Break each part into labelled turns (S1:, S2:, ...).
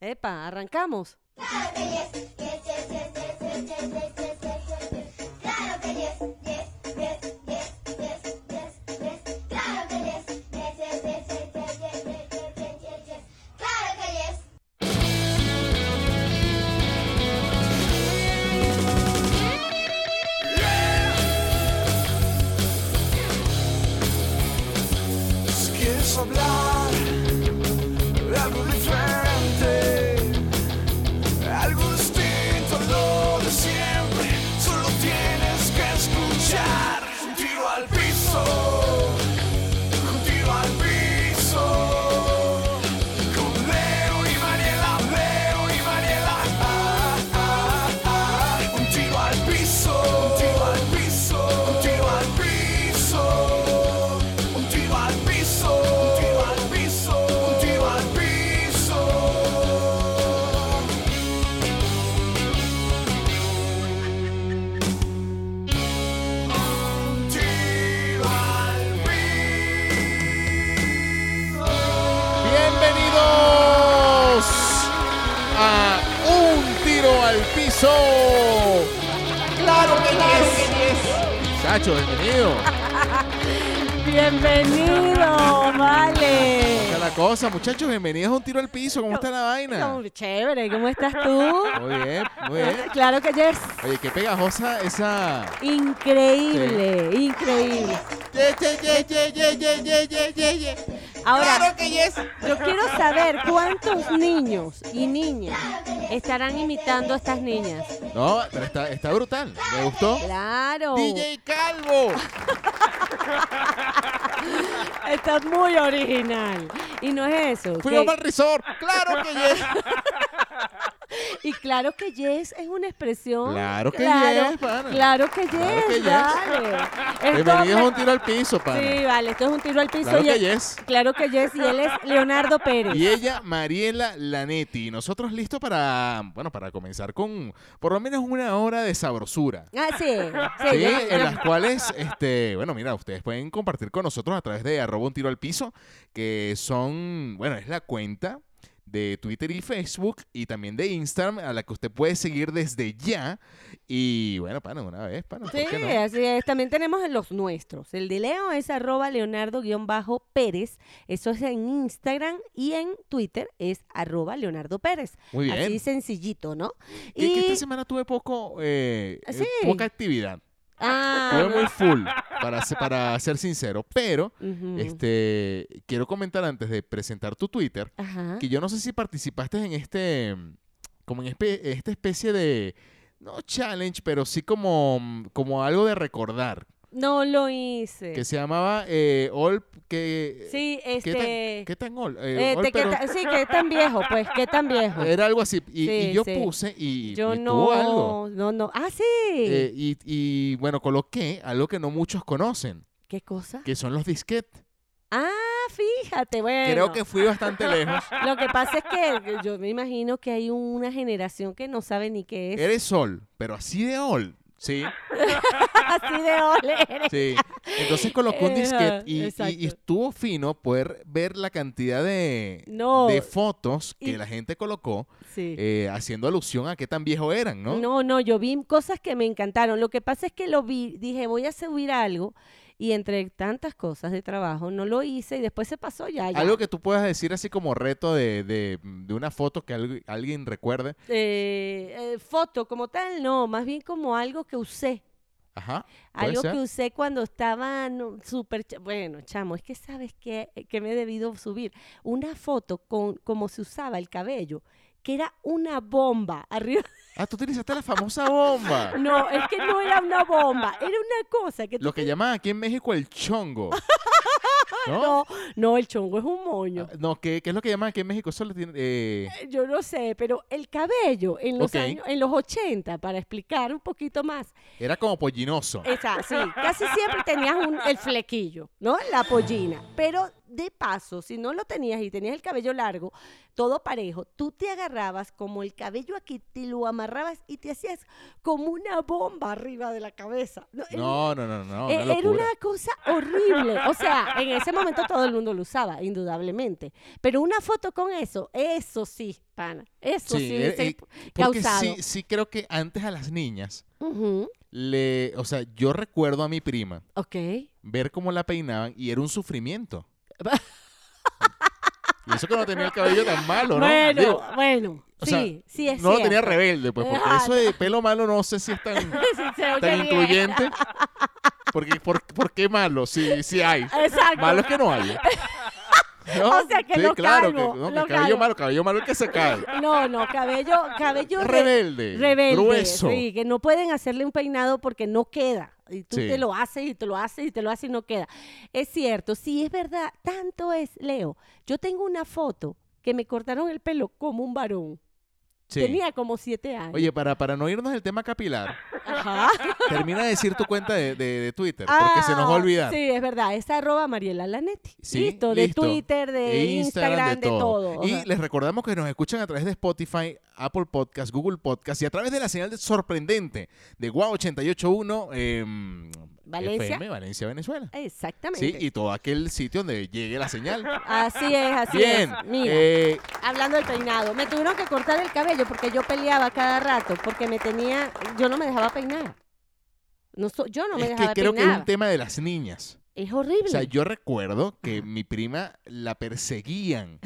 S1: Epa, arrancamos.
S2: Claro que yes, yes, yes, yes, yes, yes, yes, yes, yes, yes, yes. Claro que yes, yes, yes, yes, yes, yes, yes. Claro que yes, yes, yes, yes, yes, yes, yes, yes, yes, yes, yes, yes. Claro que yes.
S3: Si quieres hablar de algo diferente, algo distinto a lo de siempre, solo tienes que escuchar. Un tiro al piso, un tiro al piso. Con Leo y Mariela, Leo y Mariela. Ah, ah, ah. Un tiro al piso, un tiro al piso, un tiro al piso. Un tiro al piso, un tiro al piso, un tiro al piso. Un tiro al
S4: Bienvenidos a Un Tiro al Piso. Claro que es. Chacho, bienvenido.
S1: Bienvenido, vale.
S4: ¿Qué es la cosa, muchachos? Bienvenidos a Un Tiro al Piso. ¿Cómo está la vaina?
S1: Como, Chévere, ¿cómo estás tú?
S4: Muy bien, muy bien.
S1: Claro que yes.
S4: Oye, qué pegajosa esa.
S1: Increíble, increíble.
S5: Ye, ye, ye, ye, ye, ye, ye, ye, ye, ye.
S1: Ahora,
S5: claro que yes.
S1: yo quiero saber cuántos niños y niñas estarán imitando a estas niñas.
S4: No, pero está, está brutal. Me gustó.
S1: Claro.
S4: DJ Calvo.
S1: Está muy original. Y no es eso.
S4: Fuimos
S1: que-
S4: al resort. Claro que yes.
S1: Y claro que yes es una expresión.
S4: Claro que yes, pana.
S1: Claro que yes,
S4: Claro que yes.
S1: dale. Esto-
S4: Bienvenidos a Un Tiro al Piso, pana.
S1: Sí, vale, esto es un tiro al piso.
S4: Claro
S1: y
S4: que
S1: él-
S4: yes.
S1: Claro que yes, y él es Leonardo Pérez.
S4: Y ella, Mariela Lanetti. Y Nosotros listos para, bueno, para comenzar con por lo menos una hora de sabrosura.
S1: Ah, sí. sí,
S4: ¿sí?
S1: ya-
S4: En las cuales, este, bueno, mira, ustedes pueden compartir con nosotros a través de arroba un tiro al piso, que son, bueno, es la cuenta de Twitter y Facebook y también de Instagram a la que usted puede seguir desde ya. Y bueno, pana, una vez, pana, ¿por
S1: Sí,
S4: qué no?
S1: así es. También tenemos los nuestros. El de Leo es arroba leonardo-pérez. Eso es en Instagram y en Twitter es arroba leonardo pérez.
S4: Muy bien.
S1: Así sencillito, ¿no?
S4: Que- que esta semana tuve poco, eh, eh,
S1: Ah, Sí.
S4: poca actividad.
S1: Ah,
S4: Tuve muy full, para, se- para ser sincero, pero...
S1: ujú.
S4: Este, quiero comentar antes de presentar tu Twitter,
S1: Ajá.
S4: que yo no sé si participaste en este, mm, como en espe- esta especie de, no challenge, pero sí como, mm, como algo de recordar,
S1: No lo hice.
S4: que se llamaba eh, All, que...
S1: Sí, este.
S4: ¿Qué tan, qué tan old? Eh,
S1: eh,
S4: old,
S1: te- qué
S4: pero Eh,
S1: ta- sí, que tan viejo, pues, que tan viejo.
S4: Era algo así, y, y
S1: Sí,
S4: yo
S1: sí.
S4: puse y,
S1: Yo
S4: y
S1: no,
S4: tuvo algo.
S1: no, no. Ah, sí.
S4: Eh, y, y, bueno, coloqué algo que no muchos conocen,
S1: ¿Qué cosa?
S4: que son los disquetes.
S1: Ah, fíjate, bueno.
S4: Creo que fui bastante lejos.
S1: Lo que pasa es que yo me imagino que hay una generación que no sabe ni qué es.
S4: Eres sol, pero así de old, ¿sí?
S1: Así de ole.
S4: Sí. Entonces colocó un
S1: Ajá,
S4: disquete y, y-
S1: exacto.
S4: y estuvo fino poder ver la cantidad de,
S1: No.
S4: de fotos que
S1: Y-
S4: la gente colocó
S1: Sí.
S4: eh, haciendo alusión a qué tan viejo eran, ¿no?
S1: ¿no? no, yo vi cosas que me encantaron. Lo que pasa es que lo vi, dije, voy a subir algo. Y entre tantas cosas de trabajo, no lo hice y después se pasó ya. ya.
S4: Algo que tú puedas decir así como reto de, de- de una foto que algu- alguien recuerde.
S1: Eh, eh, foto como tal, no, más bien como algo que usé.
S4: Ajá. Puede
S1: Algo
S4: ser.
S1: que usé cuando estaba no, súper... cha- Bueno, chamo, es que sabes que, que me he debido subir. Una foto con como se usaba el cabello, que era una bomba. Arriba...
S4: Ah, tú utilizaste la famosa bomba.
S1: No, es que no era una bomba, era una cosa que... tú-
S4: Lo que llaman aquí en México el chongo. ¿No?
S1: No, no, el chongo es un moño.
S4: Ah, No, ¿qué, qué es lo que llaman aquí en México? Eso lo tiene- eh,
S1: Yo no sé, pero el cabello en los
S4: Ok.
S1: años, en los 80, para explicar un poquito más,
S4: era como
S1: Eh,
S4: pollinoso.
S1: Esa, sí. Casi siempre tenías un, el flequillo, ¿no? La pollina. Pero de paso, si no lo tenías y tenías el cabello largo, todo parejo, tú te agarrabas como el cabello aquí, te lo amarrabas y te hacías como una bomba arriba de la cabeza. No, era
S4: No, no, no, no.
S1: eh,
S4: una
S1: era
S4: locura.
S1: una cosa horrible. O sea, en ese momento todo el mundo lo usaba, indudablemente. Pero una foto con eso, eso sí, pana. Eso sí,
S4: eh,
S1: hubiese
S4: eh, porque
S1: causado.
S4: sí, sí creo que antes a las niñas
S1: Ujú,
S4: le, o sea, yo recuerdo a mi prima
S1: Ok.
S4: ver cómo la peinaban y era un sufrimiento. y eso que no tenía el cabello tan malo, ¿no?
S1: bueno,
S4: Digo,
S1: bueno.
S4: o
S1: Sí,
S4: sea,
S1: sí es
S4: no lo tenía
S1: cierto.
S4: rebelde, pues, porque
S1: Ah,
S4: eso de pelo malo no sé si es tan,
S1: Sí, se oye
S4: tan
S1: bien.
S4: incluyente. Porque, ¿por, por qué malo? Si, si hay.
S1: Exacto.
S4: Malo es que no hay.
S1: O sea, que
S4: sí,
S1: lo
S4: claro,
S1: calvo,
S4: que, no, que
S1: lo
S4: cabello
S1: calvo.
S4: malo, cabello malo es que se cae.
S1: No, no, cabello, cabello re-
S4: Rebelde,
S1: rebelde,
S4: grueso.
S1: sí, que no pueden hacerle un peinado porque no queda. Y tú
S4: Sí.
S1: te lo haces y te lo haces y te lo haces y no queda. Es cierto, sí es verdad, tanto es, Leo. Yo tengo una foto que me cortaron el pelo como un varón.
S4: Sí.
S1: Tenía como siete años.
S4: Oye, para, para no irnos del tema capilar,
S1: Ajá.
S4: termina de decir tu cuenta de, de- de Twitter, porque se nos va a
S1: Ah,
S4: olvidar.
S1: Sí, es verdad, es arroba Mariela Lanetti.
S4: Sí,
S1: listo, de
S4: listo.
S1: Twitter,
S4: E
S1: de Instagram, de todo. o
S4: Y
S1: sea.
S4: les recordamos que nos escuchan a través de Spotify, Apple Podcast, Google Podcast y a través de la señal de sorprendente de Guau 881 em,
S1: Valencia.
S4: FM, Valencia, Venezuela.
S1: Exactamente.
S4: Sí, y todo aquel sitio donde llegue la señal.
S1: Así es, así
S4: Bien.
S1: es. Mira.
S4: eh,
S1: Hablando del peinado, me tuvieron que cortar el cabello porque yo peleaba cada rato, porque me tenía, yo no me dejaba peinar. No so- yo no me
S4: es que
S1: dejaba
S4: creo que es
S1: peinar.
S4: un tema de las niñas.
S1: es horrible.
S4: O sea, yo recuerdo que mi prima la perseguían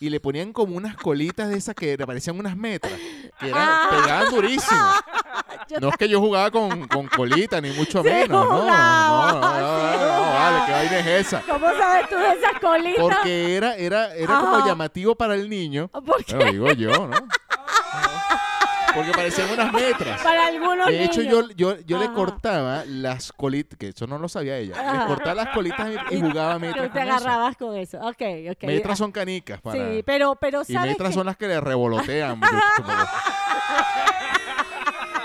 S4: y le ponían como unas colitas de esas que le parecían unas metras, que eran,
S1: Ah.
S4: pegaban durísimo.
S1: Yo
S4: No es que yo jugaba con, con colita, ni mucho
S1: Sí
S4: menos. No, no, no,
S1: jugaba,
S4: no,
S1: sí
S4: no, vale,
S1: jugaba.
S4: qué vaina es esa.
S1: ¿Cómo sabes tú de esas colitas?
S4: Porque era, era, era como
S1: Ajá.
S4: llamativo para el niño.
S1: ¿Por qué?
S4: Bueno, digo yo, ¿no? Porque parecían unas metras.
S1: Para algunos
S4: De hecho,
S1: niños.
S4: yo, yo, yo le
S1: Ajá.
S4: cortaba las colitas, que eso no lo sabía ella.
S1: Ajá.
S4: Le cortaba las colitas y, y jugaba metras.
S1: Tú te
S4: con eso.
S1: agarrabas con eso. Ok, ok.
S4: Metras son canicas para.
S1: ah, Sí, pero, pero
S4: y
S1: sabes
S4: metras
S1: qué?
S4: son las que le revolotean. mucho, como-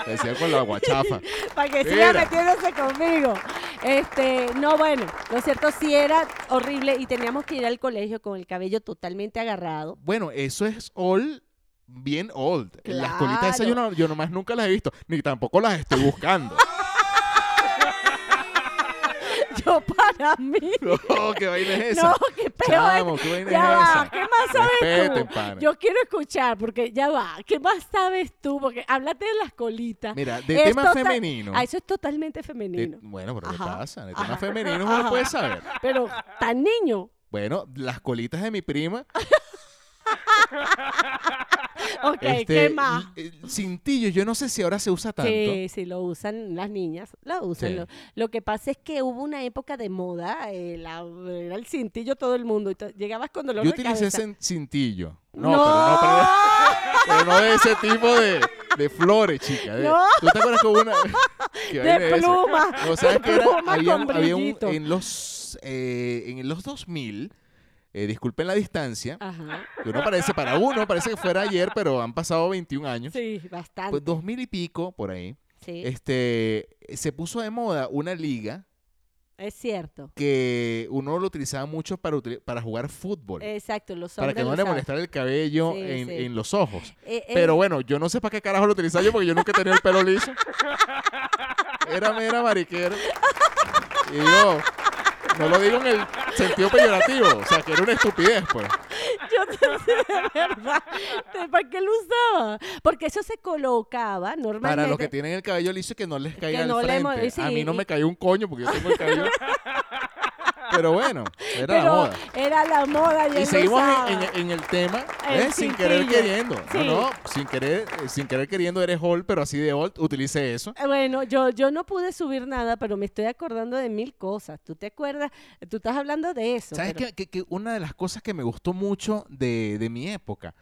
S4: Decía con la guachafa.
S1: para que siga
S4: Mira.
S1: metiéndose conmigo. Este, no, bueno, lo cierto sí era horrible y teníamos que ir al colegio con el cabello totalmente agarrado.
S4: Bueno, eso es all bien old. Las
S1: Claro.
S4: colitas esas yo, no- yo nomás nunca las he visto, ni tampoco las estoy buscando.
S1: Yo para mí.
S4: no, qué vaina es esa.
S1: No, qué peor.
S4: Chamo, ¿qué vaina
S1: ya
S4: es
S1: va,
S4: esa?
S1: ¿qué más sabes
S4: Respeten,
S1: tú?
S4: pana.
S1: Yo quiero escuchar, porque ya va, ¿qué más sabes tú? Porque háblate de las colitas.
S4: Mira, de
S1: Es
S4: tema
S1: total-
S4: femenino. Eh,
S1: Ah, eso es totalmente
S4: de-
S1: femenino.
S4: bueno, pero ¿qué
S1: Ajá,
S4: pasa? De
S1: ajá,
S4: tema femenino uno
S1: ajá.
S4: puede saber.
S1: Pero tan niño.
S4: Bueno, las colitas de mi prima.
S1: Ok,
S4: este,
S1: ¿qué más?
S4: y- eh, cintillo, yo no sé si ahora se usa tanto.
S1: Sí, sí, lo usan las niñas, lo usan.
S4: Sí.
S1: Lo, lo que pasa es que hubo una época de moda, eh, la- era el cintillo todo el mundo, y to- llegabas con dolor
S4: Yo
S1: de
S4: utilicé
S1: cabeza.
S4: ese cintillo. No, pero no, pero, pero no de ese tipo de, de flores, chica. de-
S1: No.
S4: ¿Tú te acuerdas que hubo una. qué vaina es
S1: de
S4: esa?
S1: pluma,
S4: No, ¿sabes
S1: de
S4: qué era?
S1: pluma
S4: Había,
S1: con
S4: un- había un-
S1: brillito.
S4: en los eh, en los 2000, eh, disculpen la distancia,
S1: Ajá,
S4: que uno parece para uno, parece que fuera ayer, pero han pasado 21 años.
S1: sí, bastante.
S4: Pues 2000 y pico por ahí.
S1: sí, es,
S4: Este se puso de moda una liga
S1: cierto.
S4: que uno lo utilizaba mucho para utili- para jugar fútbol.
S1: Exacto, Eh, los
S4: Para
S1: hombres
S4: que
S1: lo
S4: no le
S1: usaban.
S4: molestara el cabello
S1: Sí,
S4: en,
S1: sí.
S4: en los ojos.
S1: Eh, eh,
S4: Pero bueno, yo no sé para qué carajo lo utilizaba yo porque yo nunca tenía el pelo liso. Era mera mariquera. Y yo, no lo digo en el sentido peyorativo, o sea, que era una estupidez, pues.
S1: Yo te de verdad, ¿de ¿para qué lo usaba? Porque eso se colocaba normalmente.
S4: Para los que tienen el cabello liso y que no les caiga
S1: no
S4: al
S1: le mo-
S4: frente. A
S1: sí,
S4: mí no
S1: y-
S4: me cayó un coño porque yo tengo el cabello. Pero bueno, era la
S1: Pero
S4: moda.
S1: era la moda y, él
S4: Y
S1: lo
S4: seguimos
S1: usaba.
S4: en, en- en el tema,
S1: El
S4: ¿ves? sin querer
S1: cintillo.
S4: queriendo.
S1: Sí.
S4: No, no, sin querer, eh, sin querer queriendo eres old, pero así de old, utilice eso.
S1: Eh, Bueno, yo, yo no pude subir nada, pero me estoy acordando de mil cosas. ¿Tú te acuerdas? Tú estás hablando de eso.
S4: ¿Sabes
S1: pero-
S4: qué? Que, que una de las cosas que me gustó mucho de, de mi época?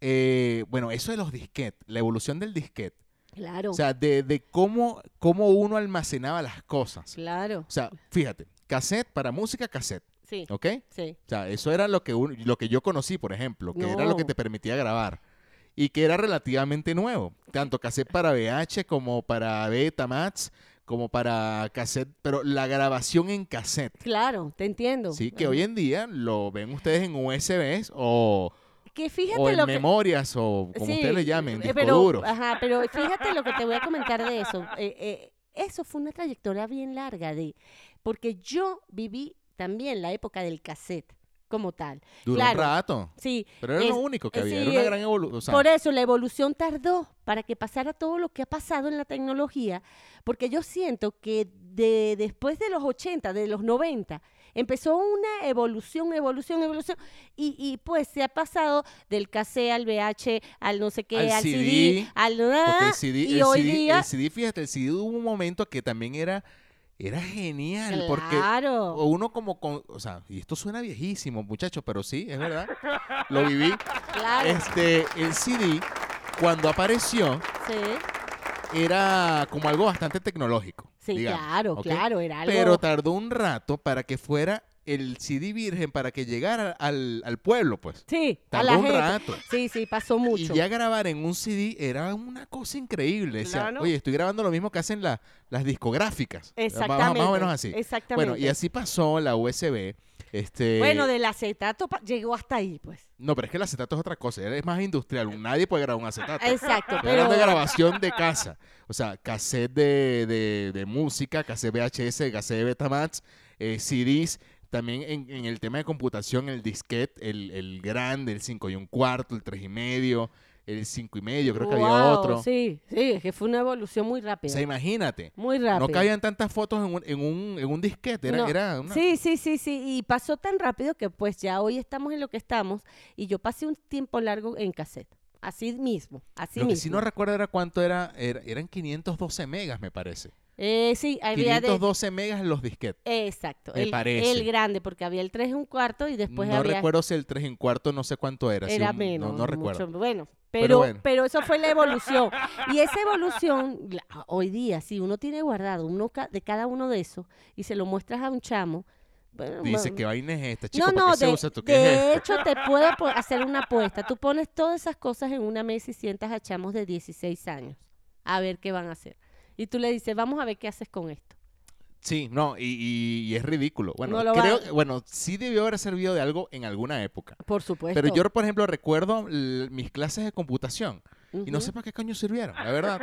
S4: eh, bueno, eso de los disquetes, la evolución del disquete.
S1: Claro,
S4: O sea, de, de cómo, cómo uno almacenaba las cosas.
S1: claro.
S4: O sea, fíjate, cassette para música, cassette,
S1: Sí,
S4: ¿ok?
S1: sí.
S4: O sea, eso era lo que, un- lo que yo conocí, por ejemplo, que era lo que
S1: No.
S4: te permitía grabar. Y que era relativamente nuevo, tanto cassette para VH como para Betamax, como para cassette, pero la grabación en cassette.
S1: Claro, te entiendo.
S4: Sí, que hoy en día lo ven ustedes en USBs o,
S1: Que fíjate
S4: o en
S1: lo que...
S4: memorias o como
S1: Sí,
S4: ustedes le llamen,
S1: eh,
S4: disco
S1: pero,
S4: duro.
S1: Ajá, pero fíjate lo que te voy a comentar de eso. Eh, eh, eso fue una trayectoria bien larga, de, porque yo viví también la época del cassette como tal.
S4: Duró
S1: claro.
S4: un rato.
S1: Sí,
S4: Pero era
S1: es-
S4: lo único que
S1: eh,
S4: había.
S1: sí,
S4: era una
S1: eh,
S4: gran evolución.
S1: por eso la evolución tardó para que pasara todo lo que ha pasado en la tecnología, porque yo siento que de, después de los 80, de los 90, empezó una evolución, evolución, evolución, y, y pues se ha pasado del cassette al VH, al no sé qué,
S4: Al
S1: al, CD,
S4: CD,
S1: al...
S4: Porque el CD,
S1: y
S4: el
S1: hoy
S4: CD
S1: día...
S4: el CD, fíjate, el CD hubo un momento que también era, era genial, porque
S1: claro.
S4: uno como, con, o sea, y esto suena viejísimo, muchachos, pero sí, es verdad, lo viví.
S1: Claro,
S4: Este, el CD, cuando apareció,
S1: sí,
S4: era como algo bastante tecnológico.
S1: sí,
S4: digamos,
S1: claro,
S4: ¿ok?
S1: claro, era algo...
S4: Pero tardó un rato para que fuera el CD virgen, para que llegara al, al pueblo, pues.
S1: sí, a
S4: Tardó
S1: la
S4: un
S1: gente.
S4: rato.
S1: Sí, sí, pasó mucho.
S4: Y ya grabar en un CD era una cosa increíble. Decía,
S1: Claro.
S4: Oye, estoy grabando lo mismo que hacen la- las discográficas. Más- Más,
S1: Exactamente.
S4: o menos así.
S1: Exactamente.
S4: Bueno, y así pasó la USB. Este,
S1: Bueno, del acetato pa- llegó hasta ahí, pues.
S4: No, pero es que el acetato es otra cosa. Es más industrial. Nadie puede grabar un acetato.
S1: Exacto,
S4: Estoy
S1: pero
S4: hablando de grabación de casa. O sea, cassette de, de- de música, cassette VHS, cassette Betamax, eh, CDs. También en, en el tema de computación, el disquete, el, el grande, el 5 y un cuarto, el 3 y medio, el 5 y medio, creo que había
S1: Guau,
S4: otro.
S1: Sí, sí, es que fue una evolución muy
S4: O
S1: rápida.
S4: sea, imagínate.
S1: muy rápida.
S4: No cabían tantas fotos en un, en un, en un disquete. Era,
S1: No.
S4: era una-
S1: Sí, sí, sí, sí. Y pasó tan rápido que pues ya hoy estamos en lo que estamos. Y yo pasé un tiempo largo en cassette. Así mismo, así
S4: Lo que
S1: mismo.
S4: sí no recuerdo era cuánto era, era- Eran 512 megas, me parece.
S1: Eh, sí, había de...
S4: 512 megas los disquetes.
S1: Exacto,
S4: me
S1: el,
S4: parece.
S1: el grande, porque había el 3 y un cuarto y después
S4: no
S1: había...
S4: recuerdo si el 3 en cuarto, no sé cuánto era. si
S1: Pues Era
S4: un- no-
S1: menos.
S4: No, recuerdo.
S1: mucho- bueno, pero,
S4: Pero
S1: pero,
S4: bueno.
S1: eso fue la evolución. Y esa evolución, la- hoy día, si uno tiene guardado uno ca- de cada uno de esos y se lo muestras a un chamo, bueno,
S4: Dice
S1: ma-
S4: que vaina es esta, chico,
S1: no,
S4: ¿para
S1: no,
S4: qué
S1: de,
S4: se usa esto? ¿Qué
S1: de
S4: es esto?
S1: hecho te puedo po- hacer una apuesta. Tú pones todas esas cosas en una mesa y sientas a chamos de 16 años a ver qué van a hacer. Y tú le dices, vamos a ver qué haces con esto.
S4: Sí, no, y, y- y es ridículo. Bueno,
S1: No lo
S4: creo,
S1: vale.
S4: bueno, sí debió haber servido de algo en alguna época.
S1: Por supuesto.
S4: Pero yo, por ejemplo, recuerdo l- mis clases de computación. Y no sé para qué coño sirvieron, la verdad.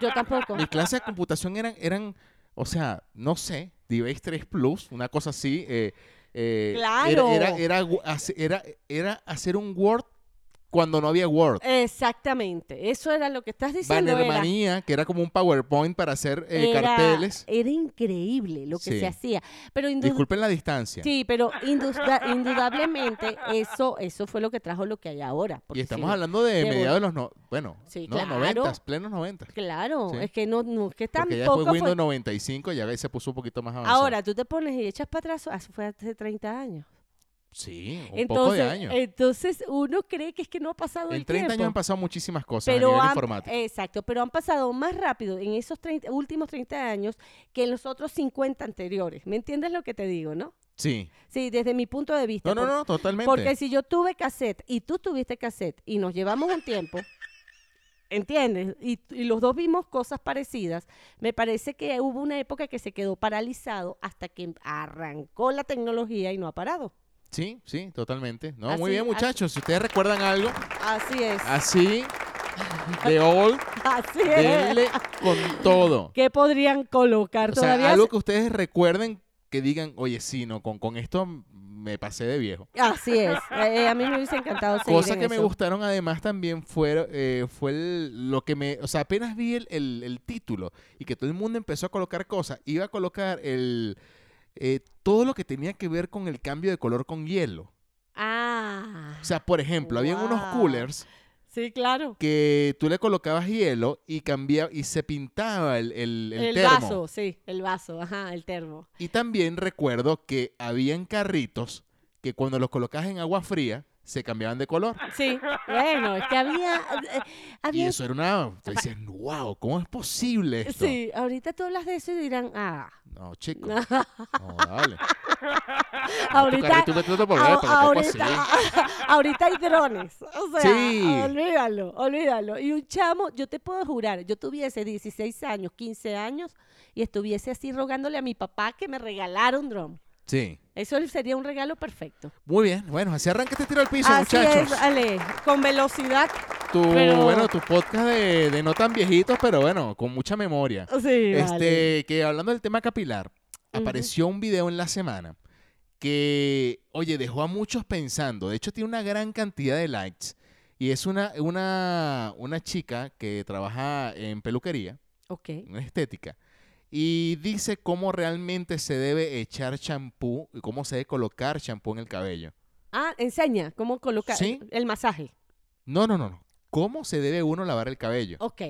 S1: Yo tampoco.
S4: Mis clases de computación eran, eran o sea, no sé, DBase 3 Plus, una cosa así. eh, eh, era-
S1: Claro.
S4: Era, era gu- hace- era- era hacer un Word cuando no había Word.
S1: Exactamente. Eso era lo que estás diciendo. era-
S4: Bannermanía, que era como un PowerPoint para hacer eh,
S1: era,
S4: carteles.
S1: Era increíble lo que
S4: Sí.
S1: se hacía. Pero indu-
S4: Disculpen la distancia.
S1: sí, pero induzda- indudablemente eso, eso fue lo que trajo lo que hay ahora.
S4: y
S1: porque si
S4: estamos
S1: no-
S4: hablando de,
S1: de vol-
S4: mediados de los no, bueno,
S1: Sí,
S4: no,
S1: claro.
S4: noventas, plenos noventas.
S1: Claro,
S4: Sí.
S1: es que no, no es que
S4: Porque ya después
S1: tampoco fue-
S4: Windows 95 ya ahí se puso un poquito más avanzado.
S1: Ahora, tú te pones y echas para atrás, ah, eso fue hace 30 años.
S4: sí, un
S1: entonces,
S4: poco de años.
S1: entonces uno cree que es que no ha pasado
S4: en
S1: el
S4: 30
S1: tiempo.
S4: años han pasado muchísimas cosas a
S1: pero eh,
S4: nivel
S1: han-
S4: informático.
S1: exacto, pero han pasado más rápido en esos 30 últimos 30 años que en los otros 50 anteriores. ¿Me entiendes lo que te digo, no?
S4: sí.
S1: Sí, desde mi punto de vista.
S4: No, no,
S1: porque-
S4: no, totalmente.
S1: Porque si yo tuve cassette y tú tuviste cassette y nos llevamos un tiempo, ¿entiendes? Y, y los dos vimos cosas parecidas, me parece que hubo una época que se quedó paralizado hasta que arrancó la tecnología y no ha parado.
S4: Sí, sí, totalmente. No,
S1: Así-
S4: muy bien,
S1: así-
S4: muchachos. Si ustedes recuerdan algo
S1: Así es,
S4: así de old,
S1: así es.
S4: denle con todo.
S1: ¿Qué podrían colocar
S4: O sea,
S1: todavía?
S4: algo que ustedes recuerden que digan, oye, sí, no, con, con esto me pasé de viejo.
S1: Así es. Eh, a mí me hubiese encantado seguir
S4: Cosas
S1: en
S4: que me
S1: eso.
S4: gustaron además también fue, eh, fue el- lo que me... O sea, apenas vi el, el- el título y que todo el mundo empezó a colocar cosas. Iba a colocar el eh, todo lo que tenía que ver con el cambio de color con hielo.
S1: Ah.
S4: O sea, por ejemplo, había unos
S1: Guau.
S4: coolers
S1: Sí, claro.
S4: que tú le colocabas hielo y cambiaba y se pintaba el, el, el
S1: El,
S4: termo.
S1: vaso, sí, el vaso, ajá, el termo.
S4: Y también recuerdo que habían carritos que cuando los colocabas en agua fría se cambiaban de color.
S1: Sí, bueno, es que había... eh,
S4: Y
S1: había
S4: eso era una... Te decían, wow, ¿cómo es posible esto?
S1: sí, ahorita tú hablas de eso y dirán, ah,
S4: No, chico. No, dale.
S1: ahorita...
S4: tú vete a otro
S1: ah,
S4: problema, tampoco así.
S1: ahorita, ahorita hay drones. O sea,
S4: Sí.
S1: olvídalo, olvídalo. Y un chamo, yo te puedo jurar, yo tuviese 16 años, 15 años y estuviese así rogándole a mi papá que me regalara un dron.
S4: Sí.
S1: Eso sería un regalo perfecto.
S4: Muy bien. Bueno, así arranca este tiro al piso,
S1: Así
S4: muchachos.
S1: es, Ale, con velocidad.
S4: Tu,
S1: pero-
S4: Bueno, tu podcast de, de no tan viejitos, pero bueno, con mucha memoria.
S1: Sí, vale.
S4: Este, que hablando del tema capilar,
S1: Ujú.
S4: apareció un video en la semana que, oye, dejó a muchos pensando. De hecho, tiene una gran cantidad de likes. Y es una, una, una chica que trabaja en peluquería,
S1: Ok.
S4: en estética, y dice cómo realmente se debe echar champú y cómo se debe colocar champú en el cabello.
S1: Ah, enseña cómo colocar
S4: Sí.
S1: el masaje.
S4: No, no, no, no. ¿Cómo se debe uno lavar el cabello?
S1: Ok.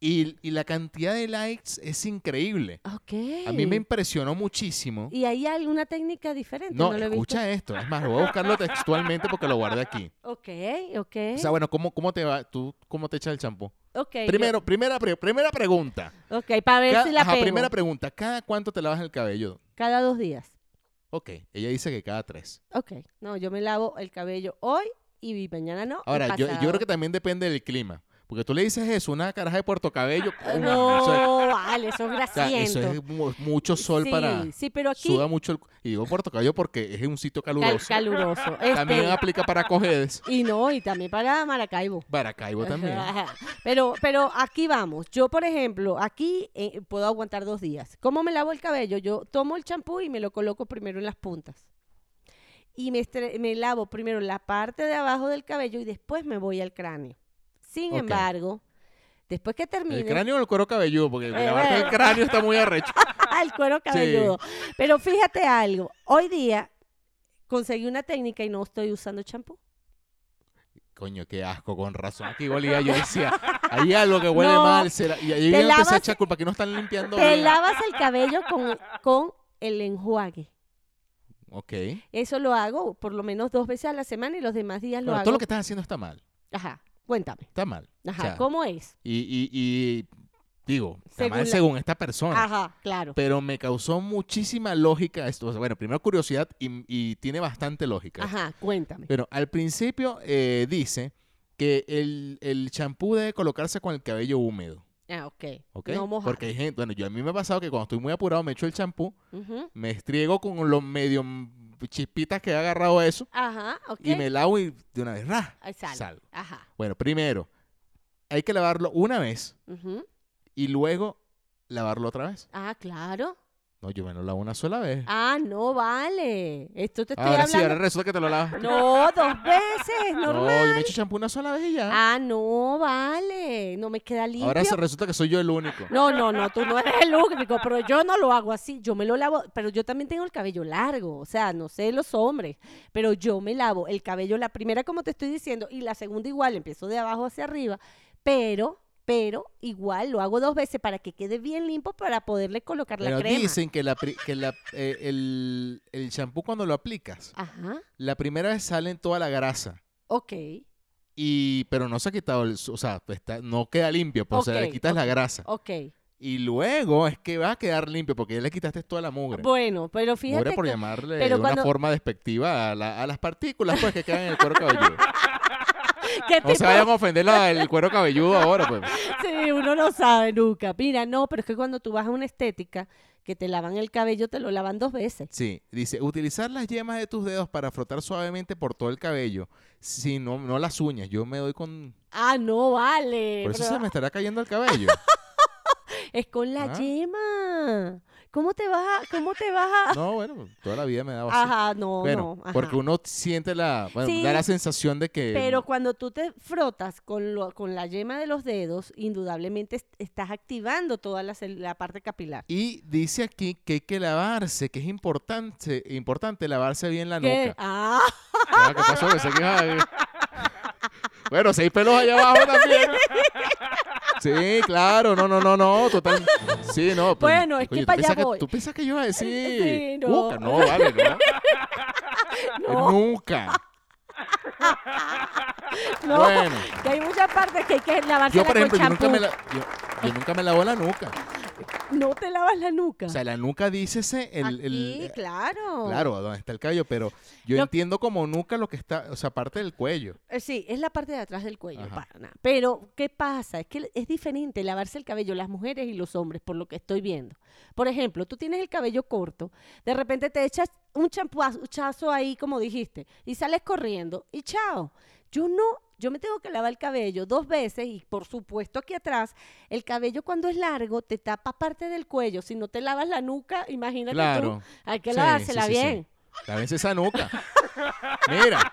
S4: Y, y la cantidad de likes es increíble.
S1: Ok.
S4: A mí me impresionó muchísimo.
S1: ¿Y ahí hay una técnica diferente?
S4: No,
S1: lo he
S4: escucha esto. Es más, lo voy a buscarlo textualmente porque lo guardé aquí.
S1: visto. Ok, ok.
S4: O sea, bueno, ¿cómo, cómo te va? ¿Tú cómo te echa el champú?
S1: ok, Eh. yo-
S4: Primero, primera, pre- primera pregunta.
S1: Ok, para ver
S4: Ca-
S1: si la
S4: ajá,
S1: pego.
S4: primera pregunta. ¿Cada cuánto te lavas el cabello?
S1: Cada dos días.
S4: Ok, ella dice que cada tres.
S1: Ok. No, yo me lavo el cabello hoy y mañana no. y
S4: Ahora, yo, yo
S1: pasado.
S4: creo que también depende del clima. Porque tú le dices eso, una caraja de Puerto Cabello.
S1: Ah,
S4: coño,
S1: No,
S4: eso es,
S1: vale, eso es
S4: o sea, eso
S1: grasiento.
S4: es mu- mucho sol
S1: sí,
S4: para...
S1: Sí, pero aquí
S4: Suda mucho el... Y digo Puerto Cabello porque es un sitio
S1: cal-
S4: caluroso.
S1: caluroso. Este,
S4: También aplica para Cojedes.
S1: Y no, y también para Maracaibo.
S4: Baracaibo también.
S1: Ajá. Pero, pero aquí vamos. Yo, por ejemplo, aquí eh, puedo aguantar dos días. ¿Cómo me lavo el cabello? Yo tomo el champú y me lo coloco primero en las puntas. Y me, estre- me lavo primero la parte de abajo del cabello y después me voy al cráneo. Sin
S4: Ok.
S1: embargo, después que termine
S4: ¿El cráneo o el cuero cabelludo? Porque
S1: Eh,
S4: lavarte
S1: bueno.
S4: el cráneo está muy arrecho.
S1: al cuero cabelludo. Pero fíjate algo. Hoy día conseguí una técnica y no estoy usando champú.
S4: Coño, qué asco, con razón. Aquí olía, yo decía, hay algo que huele
S1: No,
S4: mal. será- Y
S1: te
S4: ahí yo empecé a
S1: lavas-
S4: echar culpa que no están limpiando
S1: Te
S4: bien.
S1: lavas el cabello con, con el enjuague.
S4: Ok.
S1: Eso lo hago por lo menos dos veces a la semana y los demás días lo
S4: Bueno,
S1: hago.
S4: todo lo que estás haciendo está mal.
S1: Ajá, cuéntame.
S4: Está mal.
S1: Ajá,
S4: O sea,
S1: ¿cómo es?
S4: Y, y, y digo, está
S1: Según
S4: mal
S1: la-
S4: según esta persona.
S1: Ajá, claro.
S4: Pero me causó muchísima lógica esto. O sea, bueno, primero curiosidad y, y tiene bastante lógica.
S1: Ajá, cuéntame.
S4: Bueno, al principio eh, dice que el el champú debe colocarse con el cabello húmedo.
S1: Ah, ok.
S4: ¿ok?
S1: No mojar.
S4: Porque hay gente, bueno, yo a mí me ha pasado que cuando estoy muy apurado me echo el champú,
S1: Ujú.
S4: me estriego con los medio mm, chispitas que he agarrado eso
S1: Ajá, ok.
S4: y me lavo y de una vez ¡ra!
S1: Ahí sale.
S4: salgo.
S1: Ajá.
S4: Bueno, primero hay que lavarlo una vez
S1: ujú.
S4: y luego lavarlo otra vez.
S1: Ah, claro.
S4: No, yo me lo lavo una sola vez.
S1: Ah, no vale. Esto te estoy
S4: ahora sí, ahora
S1: hablando.
S4: resulta que te lo lavas.
S1: No, dos veces, normal.
S4: No, yo me echo champú una sola vez y ya.
S1: Ah, no vale. No me queda limpio.
S4: ahora se resulta que soy yo el único.
S1: No, no, no, tú no eres el único, pero yo no lo hago así. Yo me lo lavo, pero yo también tengo el cabello largo, o sea, no sé los hombres, pero yo me lavo el cabello la primera, como te estoy diciendo, y la segunda igual, empiezo de abajo hacia arriba, pero, pero igual lo hago dos veces para que quede bien limpio para poderle colocar
S4: Pero
S1: la crema.
S4: dicen que, la, pri- que la- eh, el el champú cuando lo aplicas,
S1: Ajá,
S4: la primera vez sale en toda la grasa.
S1: ok.
S4: y pero no se ha quitado el, su- o sea, pues, está- no queda limpio, pues, o sea, le
S1: Ok,
S4: quitas la grasa.
S1: Ok,
S4: Y luego es que va a quedar limpio porque ya le quitaste toda la mugre.
S1: bueno, pero
S4: mugre
S1: Pues, fíjate
S4: por
S1: que-
S4: llamarle
S1: pero
S4: de
S1: cuando-
S4: una forma despectiva a, la- a las partículas pues que quedan en el cuero cabelludo.
S1: ¿qué
S4: No
S1: tipo
S4: se vayan a ofender la- el cuero cabelludo ahora, pues.
S1: Sí, uno no sabe nunca. Mira, no, pero es que cuando tú vas a una estética, que te lavan el cabello, te lo lavan dos veces.
S4: Sí, dice, utilizar las yemas de tus dedos para frotar suavemente por todo el cabello. Si no, no las uñas, yo me doy con...
S1: Ah, no, vale.
S4: Por eso
S1: pero
S4: se me estará cayendo el cabello.
S1: Es con la
S4: Ah.
S1: yema. ¿Cómo te vas a...? ¿Cómo te vas a...?
S4: No, bueno, toda la vida me daba así.
S1: Ajá, no,
S4: bueno,
S1: no. ajá.
S4: porque eh, uno siente la... Bueno,
S1: Sí,
S4: da la sensación de que...
S1: Pero cuando tú te frotas con, lo- con la yema de los dedos, indudablemente est- estás activando toda la, cel- la parte capilar.
S4: Y dice aquí que hay que lavarse, que es importante, importante lavarse bien la
S1: ¿Qué?
S4: nuca.
S1: Ah,
S4: Ah, ¿Qué pasó? Pensé que iba a- Bueno, seis pelos allá abajo también. Sí, claro, no, no, no, no, total. Sí, no. pues,
S1: Bueno, es que
S4: coño, ¿tú
S1: para allá
S4: piensas
S1: voy.
S4: ¿Tú piensas que yo iba a decir?
S1: Sí, no.
S4: Nunca, no, vale, no.
S1: no.
S4: Nunca.
S1: No,
S4: Bueno.
S1: que hay muchas partes que hay que lavarse
S4: Yo, por
S1: con
S4: ejemplo, yo nunca,
S1: champú.
S4: me la- yo, yo nunca me lavo la nuca.
S1: No te lavas la nuca.
S4: O sea, la nuca, dícese, el, el- eh,
S1: Aquí, claro.
S4: Claro, donde está el cabello, pero yo
S1: Lo-
S4: entiendo como nuca lo que está, o sea, aparte del cuello.
S1: Eh, Sí, es la parte de atrás del cuello,
S4: Ajá.
S1: pana. Pero, ¿qué pasa? Es que es diferente lavarse el cabello las mujeres y los hombres, por lo que estoy viendo. Por ejemplo, tú tienes el cabello corto, de repente te echas un champuazo ahí, como dijiste, y sales corriendo y chao. Yo no, yo me tengo que lavar el cabello dos veces y por supuesto aquí atrás, el cabello cuando es largo te tapa parte del cuello. Si no te lavas la nuca, imagínate tú,
S4: Claro.
S1: hay que
S4: Sí,
S1: lavársela
S4: sí, sí, sí.
S1: bien.
S4: Lávense esa nuca. Mira.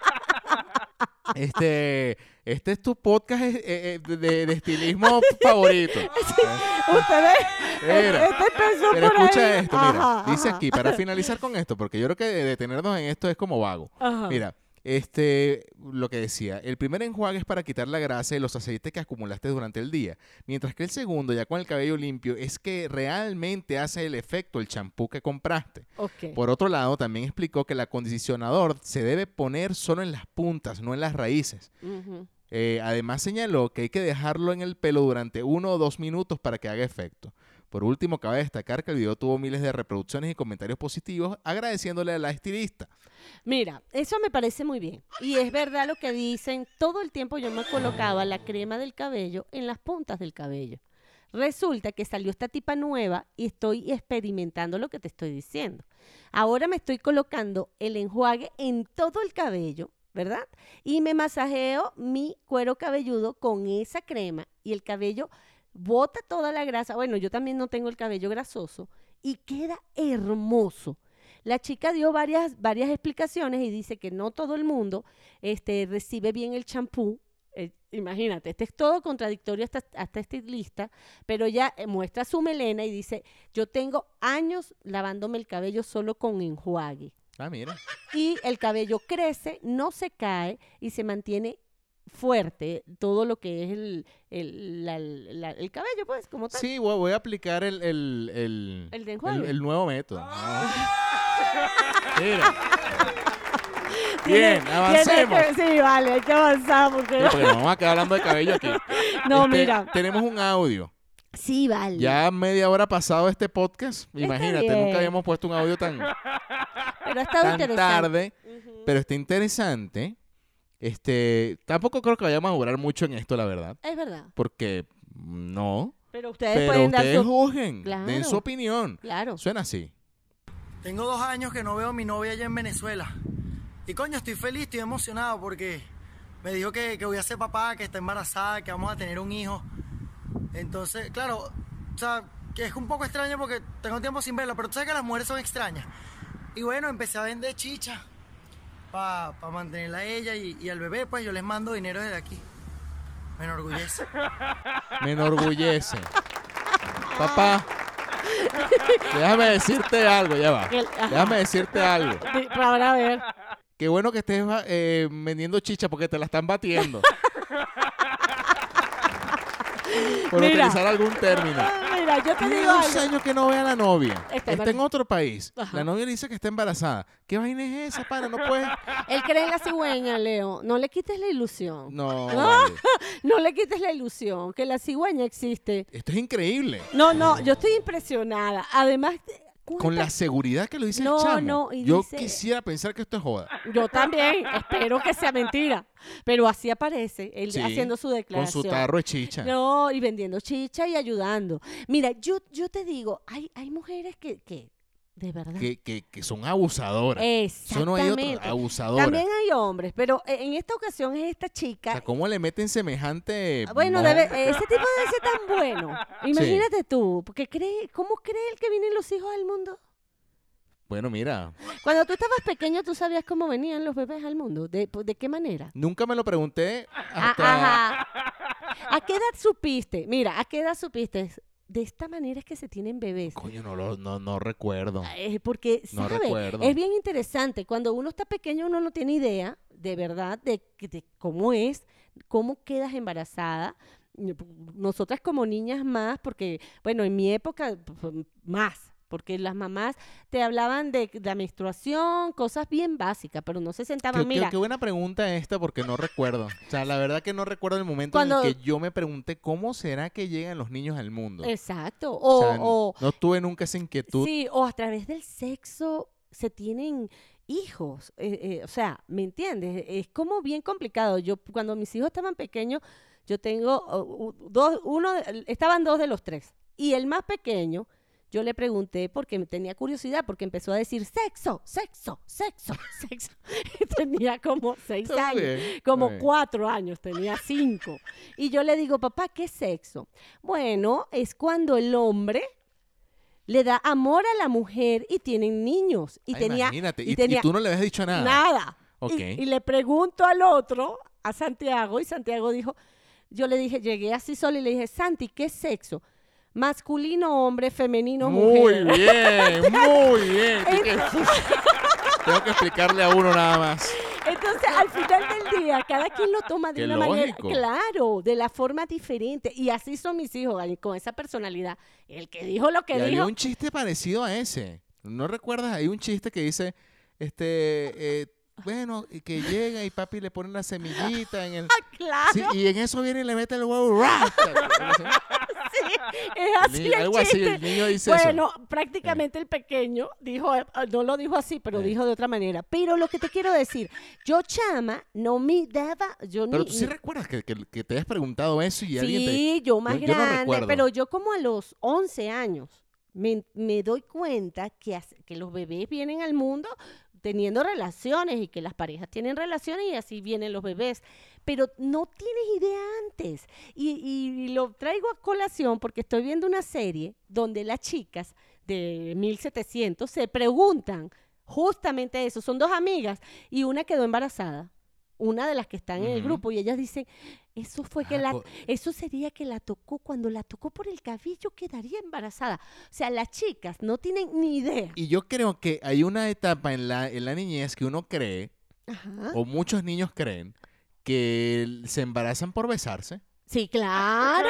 S4: Este, este es tu podcast eh, eh, de, de- de estilismo favorito.
S1: Ustedes,
S4: Mira.
S1: este empezó
S4: Pero
S1: por
S4: escucha
S1: ahí.
S4: esto, mira.
S1: Ajá,
S4: dice
S1: ajá.
S4: aquí, para finalizar con esto, porque yo creo que detenernos en esto es como vago.
S1: Ajá.
S4: Mira, este, lo que decía, el primer enjuague es para quitar la grasa y los aceites que acumulaste durante el día, mientras que el segundo, ya con el cabello limpio, es que realmente hace el efecto el champú que compraste.
S1: Ok.
S4: Por otro lado, también explicó que el acondicionador se debe poner solo en las puntas, no en las raíces.
S1: Ujú.
S4: Eh, además señaló que hay que dejarlo en el pelo durante uno o dos minutos para que haga efecto. Por último, cabe destacar que el video tuvo miles de reproducciones y comentarios positivos agradeciéndole a la estilista.
S1: Mira, eso me parece muy bien. Y es verdad lo que dicen. Todo el tiempo yo me colocaba la crema del cabello en las puntas del cabello. Resulta que salió esta tipa nueva y estoy experimentando lo que te estoy diciendo. Ahora me estoy colocando el enjuague en todo el cabello, ¿verdad? Y me masajeo mi cuero cabelludo con esa crema y el cabello bota toda la grasa. Bueno, yo también no tengo el cabello grasoso y queda hermoso. La chica dio varias, varias explicaciones y dice que no todo el mundo este, recibe bien el champú. Eh, imagínate, este es todo contradictorio hasta, hasta este lista, pero ella eh, muestra su melena y dice, yo tengo años lavándome el cabello solo con enjuague.
S4: Ah, mira.
S1: Y el cabello crece, no se cae y se mantiene fuerte todo lo que es el, el- la- la- el cabello, pues, como tal.
S4: Sí, voy voy a aplicar el, el, el,
S1: ¿El de enjuague?
S4: el nuevo método. Ah. Mira,
S1: Tiene-
S4: Bien,
S1: tiene
S4: avancemos.
S1: que- sí, vale, hay que avanzar porque...
S4: porque nos vamos a quedar hablando de cabello aquí.
S1: No,
S4: Este,
S1: mira.
S4: Tenemos un audio.
S1: Sí, vale.
S4: Ya media hora pasado este podcast. Imagínate,
S1: bien.
S4: nunca habíamos puesto un audio tan,
S1: Pero ha estado
S4: tan
S1: interesante.
S4: tarde.
S1: Ujú.
S4: Pero está interesante. Este, tampoco creo que vayamos a durar mucho en esto, la verdad.
S1: Es verdad.
S4: Porque no.
S1: Pero ustedes
S4: Pero
S1: pueden dar
S4: ustedes
S1: su...
S4: juzguen, den
S1: Claro.
S4: su opinión.
S1: Claro.
S4: Suena así.
S6: Tengo dos años que no veo a mi novia allá en Venezuela. Y coño, estoy feliz, estoy emocionado porque me dijo que, que voy a ser papá, que está embarazada, que vamos a tener un hijo. Entonces, claro, o sea, que es un poco extraño porque tengo tiempo sin verla, pero tú sabes que las mujeres son extrañas. Y bueno, empecé a vender chicha para mantenerla a ella y, y al bebé, pues yo les mando dinero desde aquí. Me enorgullece.
S4: Me enorgullece. Papá, déjame decirte algo, ya va.
S1: El- ajá.
S4: Déjame decirte algo.
S1: Sí, Para ver.
S4: Qué bueno que estés va- eh, vendiendo chicha porque te la están batiendo. Por
S1: Mira.
S4: utilizar algún término.
S1: Ah, Mira, yo te
S4: Tiene
S1: digo
S4: dos
S1: algo.
S4: años que no ve a la novia.
S1: Está
S4: Está, en
S1: embarazada.
S4: otro país.
S1: Ajá.
S4: La novia le dice que está embarazada. ¿Qué vaina es esa, pana? No puedes.
S1: Él cree en la cigüeña, Leo. No le quites la ilusión.
S4: No,
S1: No.
S4: vale.
S1: No le quites la ilusión, que la cigüeña existe.
S4: Esto es increíble.
S1: No, no, yo estoy impresionada. Además,
S4: Con la
S1: ¿cuántas-
S4: seguridad que lo dice
S1: No,
S4: el chamo.
S1: no, y
S4: Yo
S1: dice-
S4: quisiera pensar que esto es joda.
S1: Yo también, espero que sea mentira. Pero así aparece, él
S4: Sí,
S1: haciendo su
S4: Con su
S1: declaración.
S4: tarro de chicha.
S1: No, y vendiendo chicha y ayudando. Mira, yo, yo te digo, hay, hay mujeres que, que de verdad.
S4: Que, que- que son abusadoras. Eso no hay
S1: Exactamente.
S4: otro. Abusadoras.
S1: También hay hombres, pero eh, en esta ocasión es esta
S4: O
S1: chica.
S4: sea, ¿cómo le meten semejante.
S1: Ah, bueno,
S4: mojón?
S1: debe- eh. ese tipo debe ser tan bueno. Imagínate tú, porque cree, ¿cómo cree el que vienen los hijos al mundo?
S4: Bueno, mira.
S1: Cuando tú estabas pequeño, ¿tú sabías cómo venían los bebés al mundo? ¿De, de qué manera?
S4: Nunca me lo pregunté
S1: Ah,
S4: hasta.
S1: ajá. ¿A qué edad supiste? Mira, ¿a qué edad supiste? De esta manera es que se tienen bebés.
S4: Coño, no, lo, no, no recuerdo.
S1: Eh, porque,
S4: No
S1: ¿sabe?
S4: recuerdo.
S1: Es bien interesante. Cuando uno está pequeño, uno no tiene idea, de verdad, de, de cómo es, cómo quedas embarazada. pues, Nosotras como niñas más, porque, bueno, en mi época, p- p- más. Porque las mamás te hablaban de de la menstruación, cosas bien básicas, pero no se
S4: Qué,
S1: sentaban.
S4: qué-
S1: Mira,
S4: qué buena pregunta esta porque no recuerdo. O sea, la verdad que no recuerdo el momento en
S1: Cuando-
S4: el que yo me pregunté cómo será que llegan los niños al mundo.
S1: exacto.
S4: O
S1: O,
S4: sea,
S1: o-
S4: no tuve nunca esa inquietud.
S1: sí, o a través del sexo se tienen hijos. eh, eh, o sea, ¿me entiendes? Es como bien complicado. Yo, cuando mis hijos estaban pequeños, yo tengo uh, u- dos, uno, de- estaban dos de los tres. Y el más pequeño, yo le pregunté porque me tenía curiosidad, porque empezó a decir sexo, sexo, sexo, sexo. Y tenía como seis
S4: Está
S1: años.
S4: bien, está
S1: Como
S4: bien.
S1: cuatro años, tenía cinco. Y yo le digo, papá, ¿qué es sexo? Bueno, es cuando el hombre le da amor a la mujer y tienen niños. Y
S4: Ah,
S1: tenía,
S4: imagínate, y,
S1: y
S4: y
S1: tenía
S4: tú no le habías dicho nada.
S1: nada. Y-
S4: Ok.
S1: Y, le pregunto al otro, a Santiago, y Santiago dijo, yo le dije, llegué así solo y le dije, Santi, ¿qué es sexo? Masculino, hombre, femenino,
S4: muy
S1: mujer.
S4: bien, muy bien. Tengo que explicarle a uno nada más.
S1: Entonces, al final del día, cada quien lo toma de
S4: Qué
S1: una
S4: lógico.
S1: manera, claro, de la forma diferente. Y así son mis hijos, ay, con esa personalidad. El que dijo lo
S4: Y
S1: que
S4: había
S1: dijo,
S4: un chiste parecido a ese. ¿No recuerdas? Hay un chiste que dice, este, eh, bueno, y que llega y papi le pone la semillita en el...
S1: ¡ah, claro,
S4: Sí, y en eso viene y le mete el huevo. ¡ra!
S1: sí, es así el
S4: Algo así,
S1: chiste.
S4: el niño dice eso. Eh.
S1: Bueno, prácticamente el pequeño dijo, eh, no lo dijo así, pero dijo de otra manera. Pero lo que te quiero decir, yo chama no me daba, yo
S4: Pero
S1: ni-
S4: tú sí
S1: ni-
S4: recuerdas que, que- que te has preguntado eso y alguien te...
S1: Sí, yo más
S4: yo- yo no
S1: grande,
S4: recuerdo.
S1: pero yo como a los 11 años me, me doy cuenta que, as- que los bebés vienen al mundo teniendo relaciones y que las parejas tienen relaciones y así vienen los bebés. Pero no tienes idea antes. Y, y- y lo traigo a colación porque estoy viendo una serie donde las chicas de 1700 se preguntan justamente eso. Son dos amigas y una quedó embarazada. Una de las que están en el
S4: Ujú.
S1: grupo y ellas dicen, eso fue que
S4: Ah,
S1: la,
S4: co-
S1: eso sería que la tocó, cuando la tocó por el cabello quedaría embarazada. O sea, las chicas no tienen ni idea.
S4: Y yo creo que hay una etapa en la, en la niñez que uno cree,
S1: Ajá.
S4: o muchos niños creen, que el- se embarazan por besarse.
S1: Sí, claro,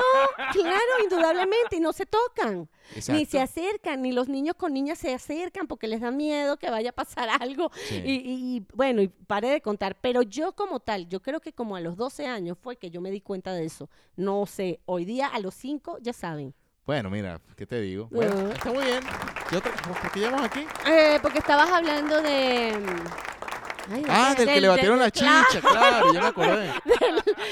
S1: claro, indudablemente, y no se tocan, ni se
S4: Exacto.
S1: acercan, ni los niños con niñas se acercan porque les da miedo que vaya a pasar algo.
S4: Sí.
S1: Y, y- y, bueno, y paré de contar, pero yo como tal, yo creo que como a los 12 años fue que yo me di cuenta de eso. No sé, hoy día a los 5 ya saben.
S4: Bueno, mira, ¿qué te digo? Bueno,
S1: Ah.
S4: está muy bien. ¿Qué otra- ¿Por por qué llegamos aquí?
S1: Eh, porque estabas hablando de... mm, Ay,
S4: Ah,
S1: ¿de qué?
S4: del que le batieron la
S1: claro.
S4: chicha, claro, ya me acordé.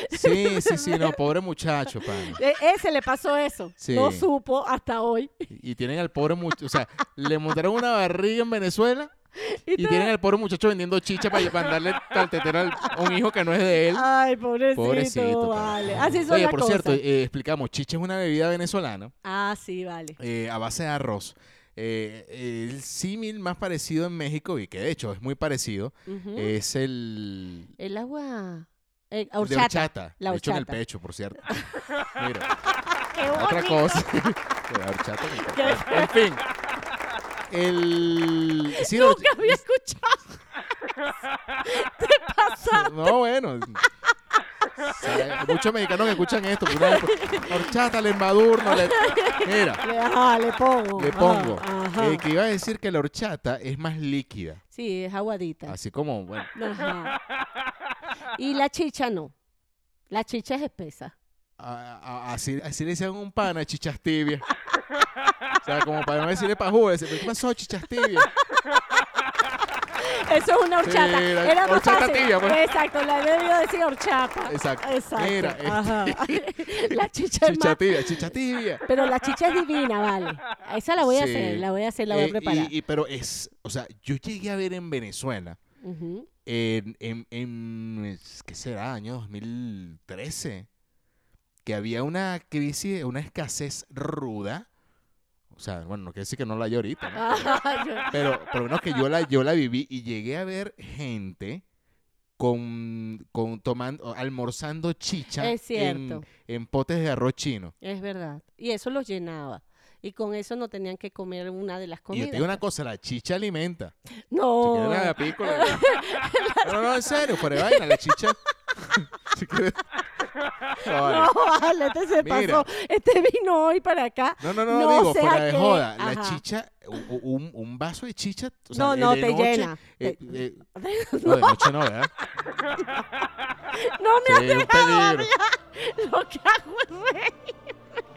S4: Sí, sí, sí, no, pobre muchacho, pana.
S1: E- ese le pasó eso.
S4: Sí.
S1: No supo hasta hoy.
S4: Y y tienen al pobre muchacho, o sea, le montaron una barriga en Venezuela
S1: Y
S4: y
S1: te-
S4: tienen al pobre muchacho vendiendo chicha para mandarle tal tetera al- a un hijo que no es de él.
S1: Ay, pobrecito,
S4: Pobrecito. pana.
S1: Ah, vale. Así son
S4: Oye,
S1: las
S4: por
S1: cosas.
S4: cierto, eh, explicamos, chicha es una bebida venezolana
S1: Ah, sí, vale.
S4: eh, a base de arroz. Eh, el símil más parecido en México, y que de hecho es muy parecido,
S1: Ujú.
S4: es el,
S1: El agua... eh,
S4: Eh, De
S1: horchata.
S4: horchata.
S1: La
S4: de hecho, en el
S1: horchata.
S4: pecho, por cierto. Mira,
S1: ¡Qué
S4: otra
S1: bonito!
S4: cosa. la horchata. en el pecho. En fin. El... sí, la
S1: Nunca
S4: horch-
S1: había escuchado. ¿Te pasa?
S4: No, bueno. O sea, muchos mexicanos que escuchan esto. una vez por- horchata, le embadurno. le- Mira,
S1: Le, ajá, le pongo.
S4: le
S1: ajá,
S4: pongo.
S1: ajá.
S4: eh, que iba a decir que la horchata es más líquida.
S1: Sí, es aguadita.
S4: Así como, bueno.
S1: Ajá. Y la chicha no. La chicha es espesa.
S4: a- a- así, así le decían a un pana, chichas tibias. O sea, como para no decirle pa' jugar, decir, ¿qué pasó, chichas tibias?
S1: Eso es una horchata.
S4: Sí, la
S1: Era más
S4: horchata
S1: fácil.
S4: tibia, pues.
S1: Exacto, la he debido decir horchata.
S4: Exacto.
S1: Exacto.
S4: Mira, este-
S1: Ajá. la chicha es
S4: Chicha
S1: más...
S4: tibia, chicha tibia.
S1: Pero la chicha es divina, vale. Esa la voy a
S4: Sí.
S1: hacer, la voy a hacer, la voy
S4: Eh,
S1: a preparar.
S4: y- y- pero es, o sea, yo llegué a ver en Venezuela,
S1: Ujú.
S4: en, en, en, es- ¿qué será? Año 2013, que había una crisis, una escasez ruda. O sea, bueno, no quiere decir que no la hay ahorita, ¿no?
S1: Ajá, yo-
S4: pero por lo menos que yo la, yo la viví y llegué a ver gente con, con tomando, almorzando chicha
S1: Es
S4: en,
S1: cierto.
S4: en potes de arroz chino.
S1: Es verdad. Y eso los llenaba. Y con eso no tenían que comer una de las
S4: Y yo
S1: comidas.
S4: te digo una cosa, la chicha alimenta. Si
S1: No.
S4: quieres la de la pícola. No, no, no, en serio, fuera de vaina, la chicha. Si quieres, No, vale.
S1: No, vale, este se
S4: Mira.
S1: pasó. Este vino hoy para acá.
S4: No, no, no,
S1: No
S4: digo,
S1: sea
S4: fuera de
S1: que-
S4: joda. La
S1: ajá.
S4: chicha, u- u- un, un vaso de chicha. o
S1: No,
S4: sea,
S1: no,
S4: de
S1: te
S4: noche,
S1: llena.
S4: eh,
S1: Te-
S4: eh, no, de noche no, ¿verdad?
S1: No me
S4: Sí,
S1: has
S4: un
S1: dejado
S4: peligro.
S1: hablar. Lo que hago es reír.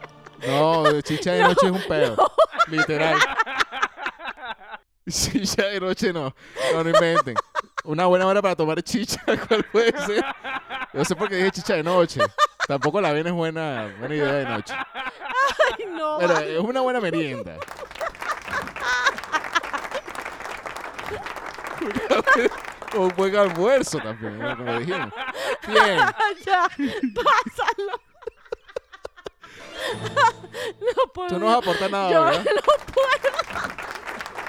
S4: No, de chicha de noche es un pedo. Literal. Chicha de noche no. No, no inventen. Una buena hora para tomar chicha, ¿cuál puede ser? Yo sé por qué dije chicha de noche. Tampoco la ven es buena, buena idea de noche.
S1: Ay, no.
S4: Pero
S1: vale.
S4: es una buena merienda. O un buen almuerzo también, ¿no? como dijimos. Bien.
S1: Ya, pásalo. No puedo.
S4: Tú no vas a aportar nada,
S1: Yo
S4: ¿verdad?
S1: no puedo.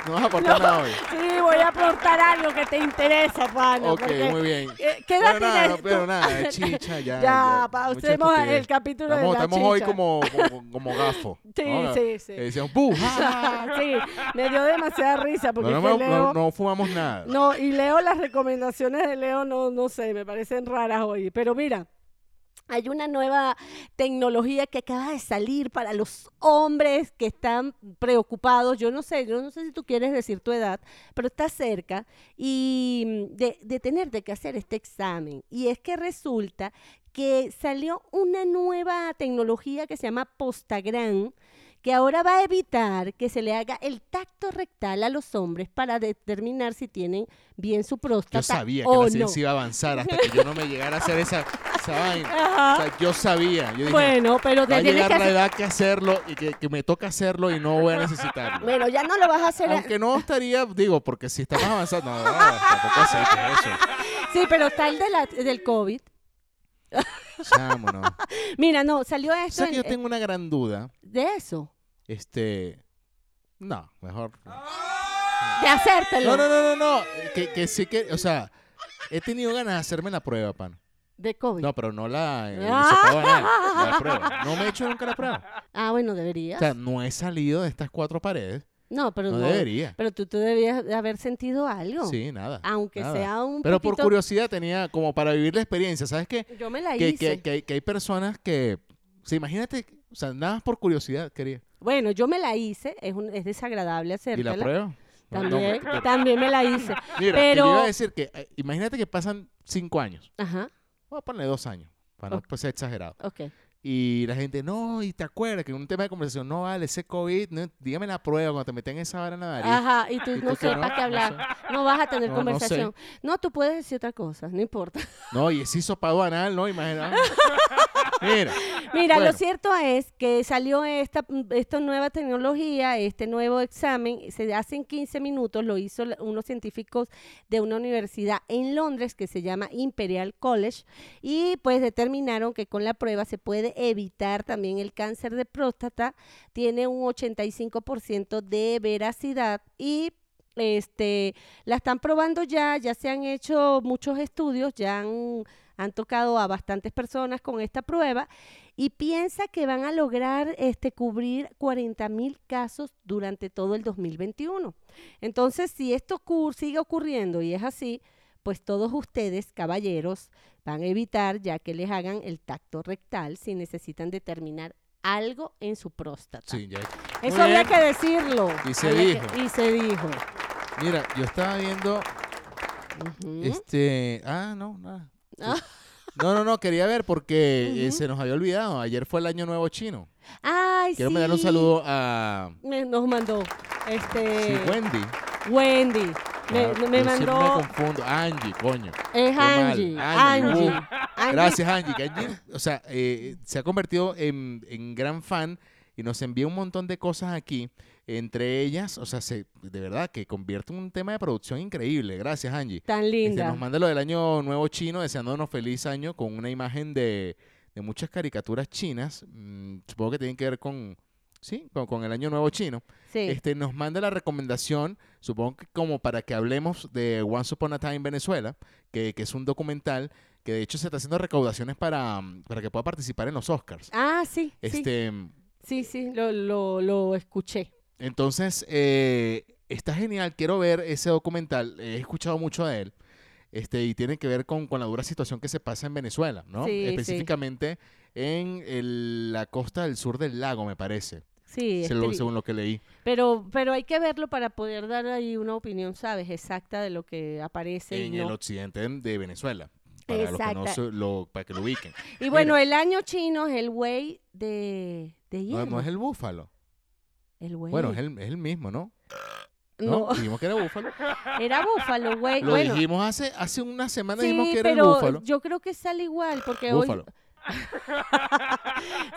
S4: No vas a aportar nada hoy.
S1: Sí, voy a aportar algo que te interesa, pana.
S4: Ok,
S1: porque- eh,
S4: muy bien.
S1: ¿Qué qué edad
S4: Bueno, nada,
S1: tienes
S4: no,
S1: tú?
S4: pero nada, chicha, ya.
S1: Ya,
S4: ya,
S1: pausemos
S4: mucha estupidez.
S1: el capítulo de
S4: estamos,
S1: la
S4: Estamos hoy
S1: chicha.
S4: como, como, como gafo.
S1: Sí,
S4: ¿no?
S1: sí, sí.
S4: Eh, decíamos, "Bu, ja".
S1: Ah, sí, me dio demasiada risa
S4: No,
S1: porque
S4: no,
S1: es que
S4: no,
S1: Leo...
S4: no fumamos nada.
S1: No, y leo las recomendaciones de Leo, no, no sé, me parecen raras hoy. Pero mira, hay una nueva tecnología que acaba de salir para los hombres que están preocupados. Yo no sé, yo no sé si tú quieres decir tu edad, pero está cerca y mm, de, de tenerte que hacer este examen. Y es que resulta que salió una nueva tecnología que se llama Postagram que ahora va a evitar que se le haga el tacto rectal a los hombres para determinar si tienen bien su próstata
S4: Yo sabía que
S1: o
S4: la
S1: oh, no.
S4: ciencia iba a avanzar hasta que yo no me llegara a hacer esa, esa vaina.
S1: Ajá.
S4: O sea, yo sabía. Yo dije,
S1: Bueno, pero
S4: va
S1: te
S4: a
S1: tienes
S4: llegar
S1: que
S4: la
S1: hacer-
S4: edad que hacerlo y que, que me toca hacerlo y no voy a necesitarlo.
S1: Bueno, ya no lo vas a hacer. a-
S4: Aunque no estaría, digo, porque si estamos avanzando, no, ah, tampoco sé qué es eso.
S1: Sí, pero está el de la- del COVID.
S4: Chamo, no. O
S1: Mira, no, salió esto
S4: sea que
S1: en- eh,
S4: yo tengo una gran duda.
S1: de eso,
S4: Este. No, mejor.
S1: Ah.
S4: no.
S1: de hacértelo.
S4: No, no, no, no, no. Que, que sí que. O sea, he tenido ganas de hacerme la prueba, pan.
S1: De COVID.
S4: No, pero no la. el hisopado anal, la prueba. No me he hecho nunca la prueba.
S1: Ah, bueno, debería.
S4: O sea, no he salido de estas cuatro paredes.
S1: no, pero
S4: No
S1: no.
S4: debería.
S1: Pero tú, tú debías de haber sentido algo.
S4: Sí, nada.
S1: Aunque
S4: nada.
S1: sea Ah, un
S4: Pero por
S1: poquito-
S4: curiosidad tenía como para vivir la experiencia. ¿Sabes qué?
S1: Yo me la
S4: Que,
S1: hice.
S4: que, que, hay- que hay personas que. O sea, imagínate. O sea, nada más por curiosidad quería.
S1: Bueno, yo me la hice. Es, un- es desagradable
S4: ¿Y
S1: hacértela.
S4: la prueba? No, no,
S1: También,
S4: pero-
S1: también me la hice.
S4: Mira, que
S1: pero...
S4: yo iba a decir que. eh, imagínate que pasan cinco años.
S1: Ajá,
S4: Voy a ponerle dos años, para no pues, ser exagerado.
S1: ok.
S4: Y la gente, no, y te acuerdas que un tema de conversación, no vale, ese COVID, no, dígame la prueba cuando te meten esa vara en la nariz.
S1: Ajá, y tú
S4: ¿Y tú
S1: no
S4: qué no?
S1: sepas qué
S4: No
S1: hablar. No vas a tener
S4: No, no sé.
S1: conversación. No, tú puedes decir otra cosa, no importa.
S4: No, y ese hisopado anal, no, imagina. Mira,
S1: Mira,
S4: Bueno.
S1: lo cierto es que salió esta, mm, esta nueva tecnología, este nuevo examen, se hace en 15 minutos, lo hizo la- unos científicos de una universidad en Londres que se llama Imperial College y pues determinaron que con la prueba se puede evitar también el cáncer de próstata, tiene un 85% de veracidad y este la están probando ya, ya se han hecho muchos estudios, ya han han tocado a bastantes personas con esta prueba y piensa que van a lograr este, cubrir 40 mil casos durante todo el 2021. Entonces, si esto ocur- sigue ocurriendo y es así, pues todos ustedes, caballeros, van a evitar ya que les hagan el tacto rectal si necesitan determinar algo en su próstata.
S4: sí, ya. Muy
S1: Eso había
S4: bien.
S1: que decirlo.
S4: Y se
S1: Había que- y se dijo.
S4: Mira, yo estaba viendo,
S1: Ujú.
S4: este, ah, no, nada. Sí.
S1: ¿Mm? Ah.
S4: No, no, no, quería ver porque eh, se nos había olvidado. Ayer fue el Año Nuevo Chino.
S1: Ay,
S4: Quiero mandar un
S1: sí.
S4: saludo a
S1: Me- nos mandó este
S4: sí, Wendy.
S1: Wendy. Me,
S4: Ah,
S1: me
S4: yo siempre me
S1: mandó.
S4: confundo. Angie, coño.
S1: Es
S4: Qué mal.
S1: Angie.
S4: Angie,
S1: Angie.
S4: uh.
S1: Angie.
S4: Gracias, Angie. que Angie, o sea, eh, se ha convertido en, en gran fan y nos envía un montón de cosas aquí. Entre ellas, o sea, se, de verdad que convierte un tema de producción increíble. Gracias, Angie.
S1: Tan
S4: Este,
S1: linda.
S4: nos manda lo del año nuevo chino, deseándonos feliz año con una imagen de, de muchas caricaturas chinas. Mm, supongo que tienen que ver con, sí, con, con el año nuevo chino.
S1: sí.
S4: Este, nos manda la recomendación, supongo que como para que hablemos de Once Upon a Time Venezuela, que, que es un documental que de hecho se está haciendo recaudaciones para, mm, para que pueda participar en los Oscars.
S1: Ah, sí. sí.
S4: Este,
S1: Sí, sí, lo, lo, lo escuché.
S4: Entonces, eh, está genial, quiero ver ese documental, he escuchado mucho de él. Este, y tiene que ver con, con la dura situación que se pasa en Venezuela, ¿no?
S1: Sí, sí.
S4: Específicamente en el- la costa del sur del lago, me parece,
S1: Sí,
S4: según-
S1: este-
S4: según lo que leí.
S1: pero, pero hay que verlo para poder dar ahí una opinión, ¿sabes? Exacta de lo que aparece.
S4: en
S1: y, no.
S4: el occidente de Venezuela. Para, los que no
S1: Exacta. Ah,
S4: se- lo, para que lo ubiquen.
S1: y bueno,
S4: Mira.
S1: el año chino es el güey de, de
S4: No,
S1: hierro.
S4: no es el búfalo.
S1: el güey.
S4: Bueno, es el, es el mismo, ¿no?
S1: No,
S4: Dijimos que era búfalo.
S1: era búfalo, güey.
S4: Lo
S1: bueno,
S4: dijimos hace, hace una semana,
S1: sí,
S4: dijimos que era el
S1: pero
S4: búfalo.
S1: yo creo que sale igual, porque
S4: Búfalo.
S1: hoy...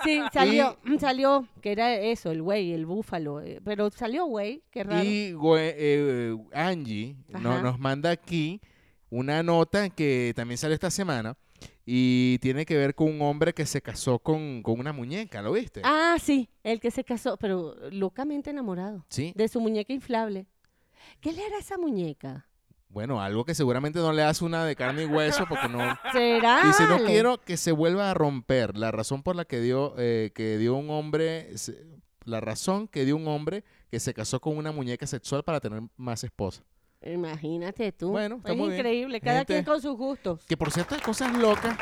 S1: Sí, salió, mm, salió, que era eso, el güey, el búfalo. eh, Pero salió güey, qué raro.
S4: Y güe- eh, Angie no-
S1: Ajá.
S4: nos manda aquí una nota que también sale esta semana y tiene que ver con un hombre que se casó con, con una muñeca, ¿lo viste?
S1: Ah, sí, el que se casó, pero locamente enamorado
S4: Sí.
S1: de su muñeca inflable. ¿Qué le hará esa muñeca?
S4: Bueno, algo que seguramente no le hace una de carne y hueso porque no,
S1: ¿Será?
S4: Dice, no
S1: Ale?
S4: quiero que se vuelva a romper. La razón por la que dio, eh, que dio un hombre, se- la razón que dio un hombre que se casó con una muñeca sexual para tener más esposas.
S1: Imagínate tú.
S4: Bueno, está
S1: es
S4: muy bien.
S1: increíble, cada
S4: Gente-
S1: quien con sus gustos.
S4: Que por cierto, hay cosas locas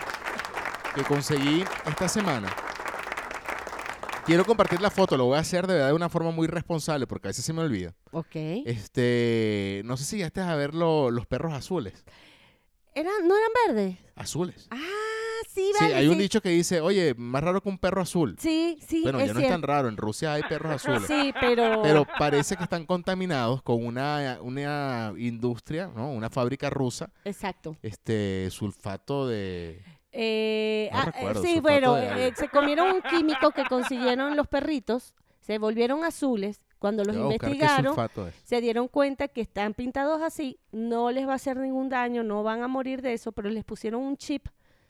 S4: que conseguí esta semana. Quiero compartir la foto, lo voy a hacer de verdad de una forma muy responsable porque a veces se me olvida.
S1: Ok.
S4: Eh. Este, no sé si llegaste a ver lo- los perros azules.
S1: ¿Eran, ¿No eran verdes?
S4: Azules.
S1: Ah, sí,
S4: Sí,
S1: vale.
S4: hay un
S1: sí.
S4: dicho que dice, oye, más raro que un perro azul.
S1: Sí, sí,
S4: Bueno,
S1: es
S4: ya no es tan raro, en Rusia hay perros azules.
S1: cierto. Sí, pero...
S4: Pero parece que están contaminados con una, una industria, ¿no? Una fábrica rusa,
S1: Exacto.
S4: este sulfato de...
S1: Eh,
S4: No
S1: ah, eh,
S4: recuerdo,
S1: sí,
S4: sulfato
S1: bueno,
S4: de algo.
S1: eh, se comieron un químico que consiguieron los perritos, se volvieron azules. Cuando los
S4: Yo voy a buscar qué
S1: investigaron,
S4: sulfato es.
S1: se dieron cuenta que están pintados así, no les va a hacer ningún daño, no van a morir de eso, pero les pusieron un chip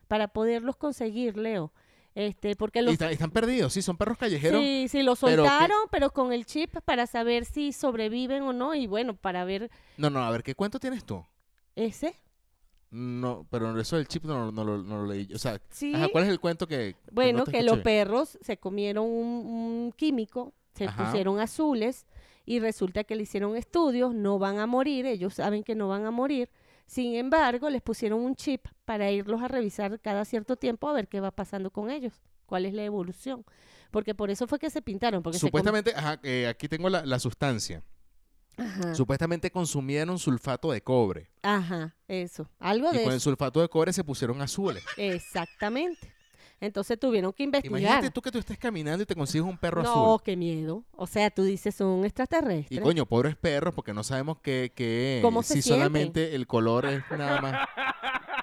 S1: para poderlos conseguir, Leo. Este, porque
S4: Y
S1: los
S4: están, están perdidos, sí, son perros callejeros.
S1: sí, sí, los
S4: pero que-
S1: soltaron, pero con el chip para saber si sobreviven o no y bueno, para ver
S4: No, no, a ver, ¿qué cuento tienes tú?
S1: ese.
S4: No, pero eso del chip no, no lo, no lo leí. yo. O sea,
S1: Sí.
S4: ajá, ¿cuál es el cuento que... que no
S1: Bueno,
S4: te
S1: que
S4: escuché
S1: los
S4: bien?
S1: perros se comieron un, un químico, se
S4: Ajá.
S1: pusieron azules y resulta que le hicieron estudios, no van a morir, ellos saben que no van a morir. Sin embargo, les pusieron un chip para irlos a revisar cada cierto tiempo a ver qué va pasando con ellos, cuál es la evolución. Porque por eso fue que se pintaron. Porque se comi-
S4: Supuestamente, ajá, eh, aquí tengo la, la sustancia.
S1: Ajá,
S4: Supuestamente consumieron sulfato de cobre.
S1: ajá, eso. Algo
S4: Y
S1: de
S4: con el
S1: eso.
S4: sulfato de cobre se pusieron azules.
S1: Exactamente. Entonces tuvieron que investigar.
S4: Imagínate tú que tú estés caminando y te consigues un perro azul.
S1: no, qué miedo. O sea, tú dices son
S4: Y
S1: extraterrestres.
S4: coño, pobres perros, porque no sabemos qué, qué
S1: ¿Cómo se
S4: si
S1: sienten?
S4: solamente el color es nada más.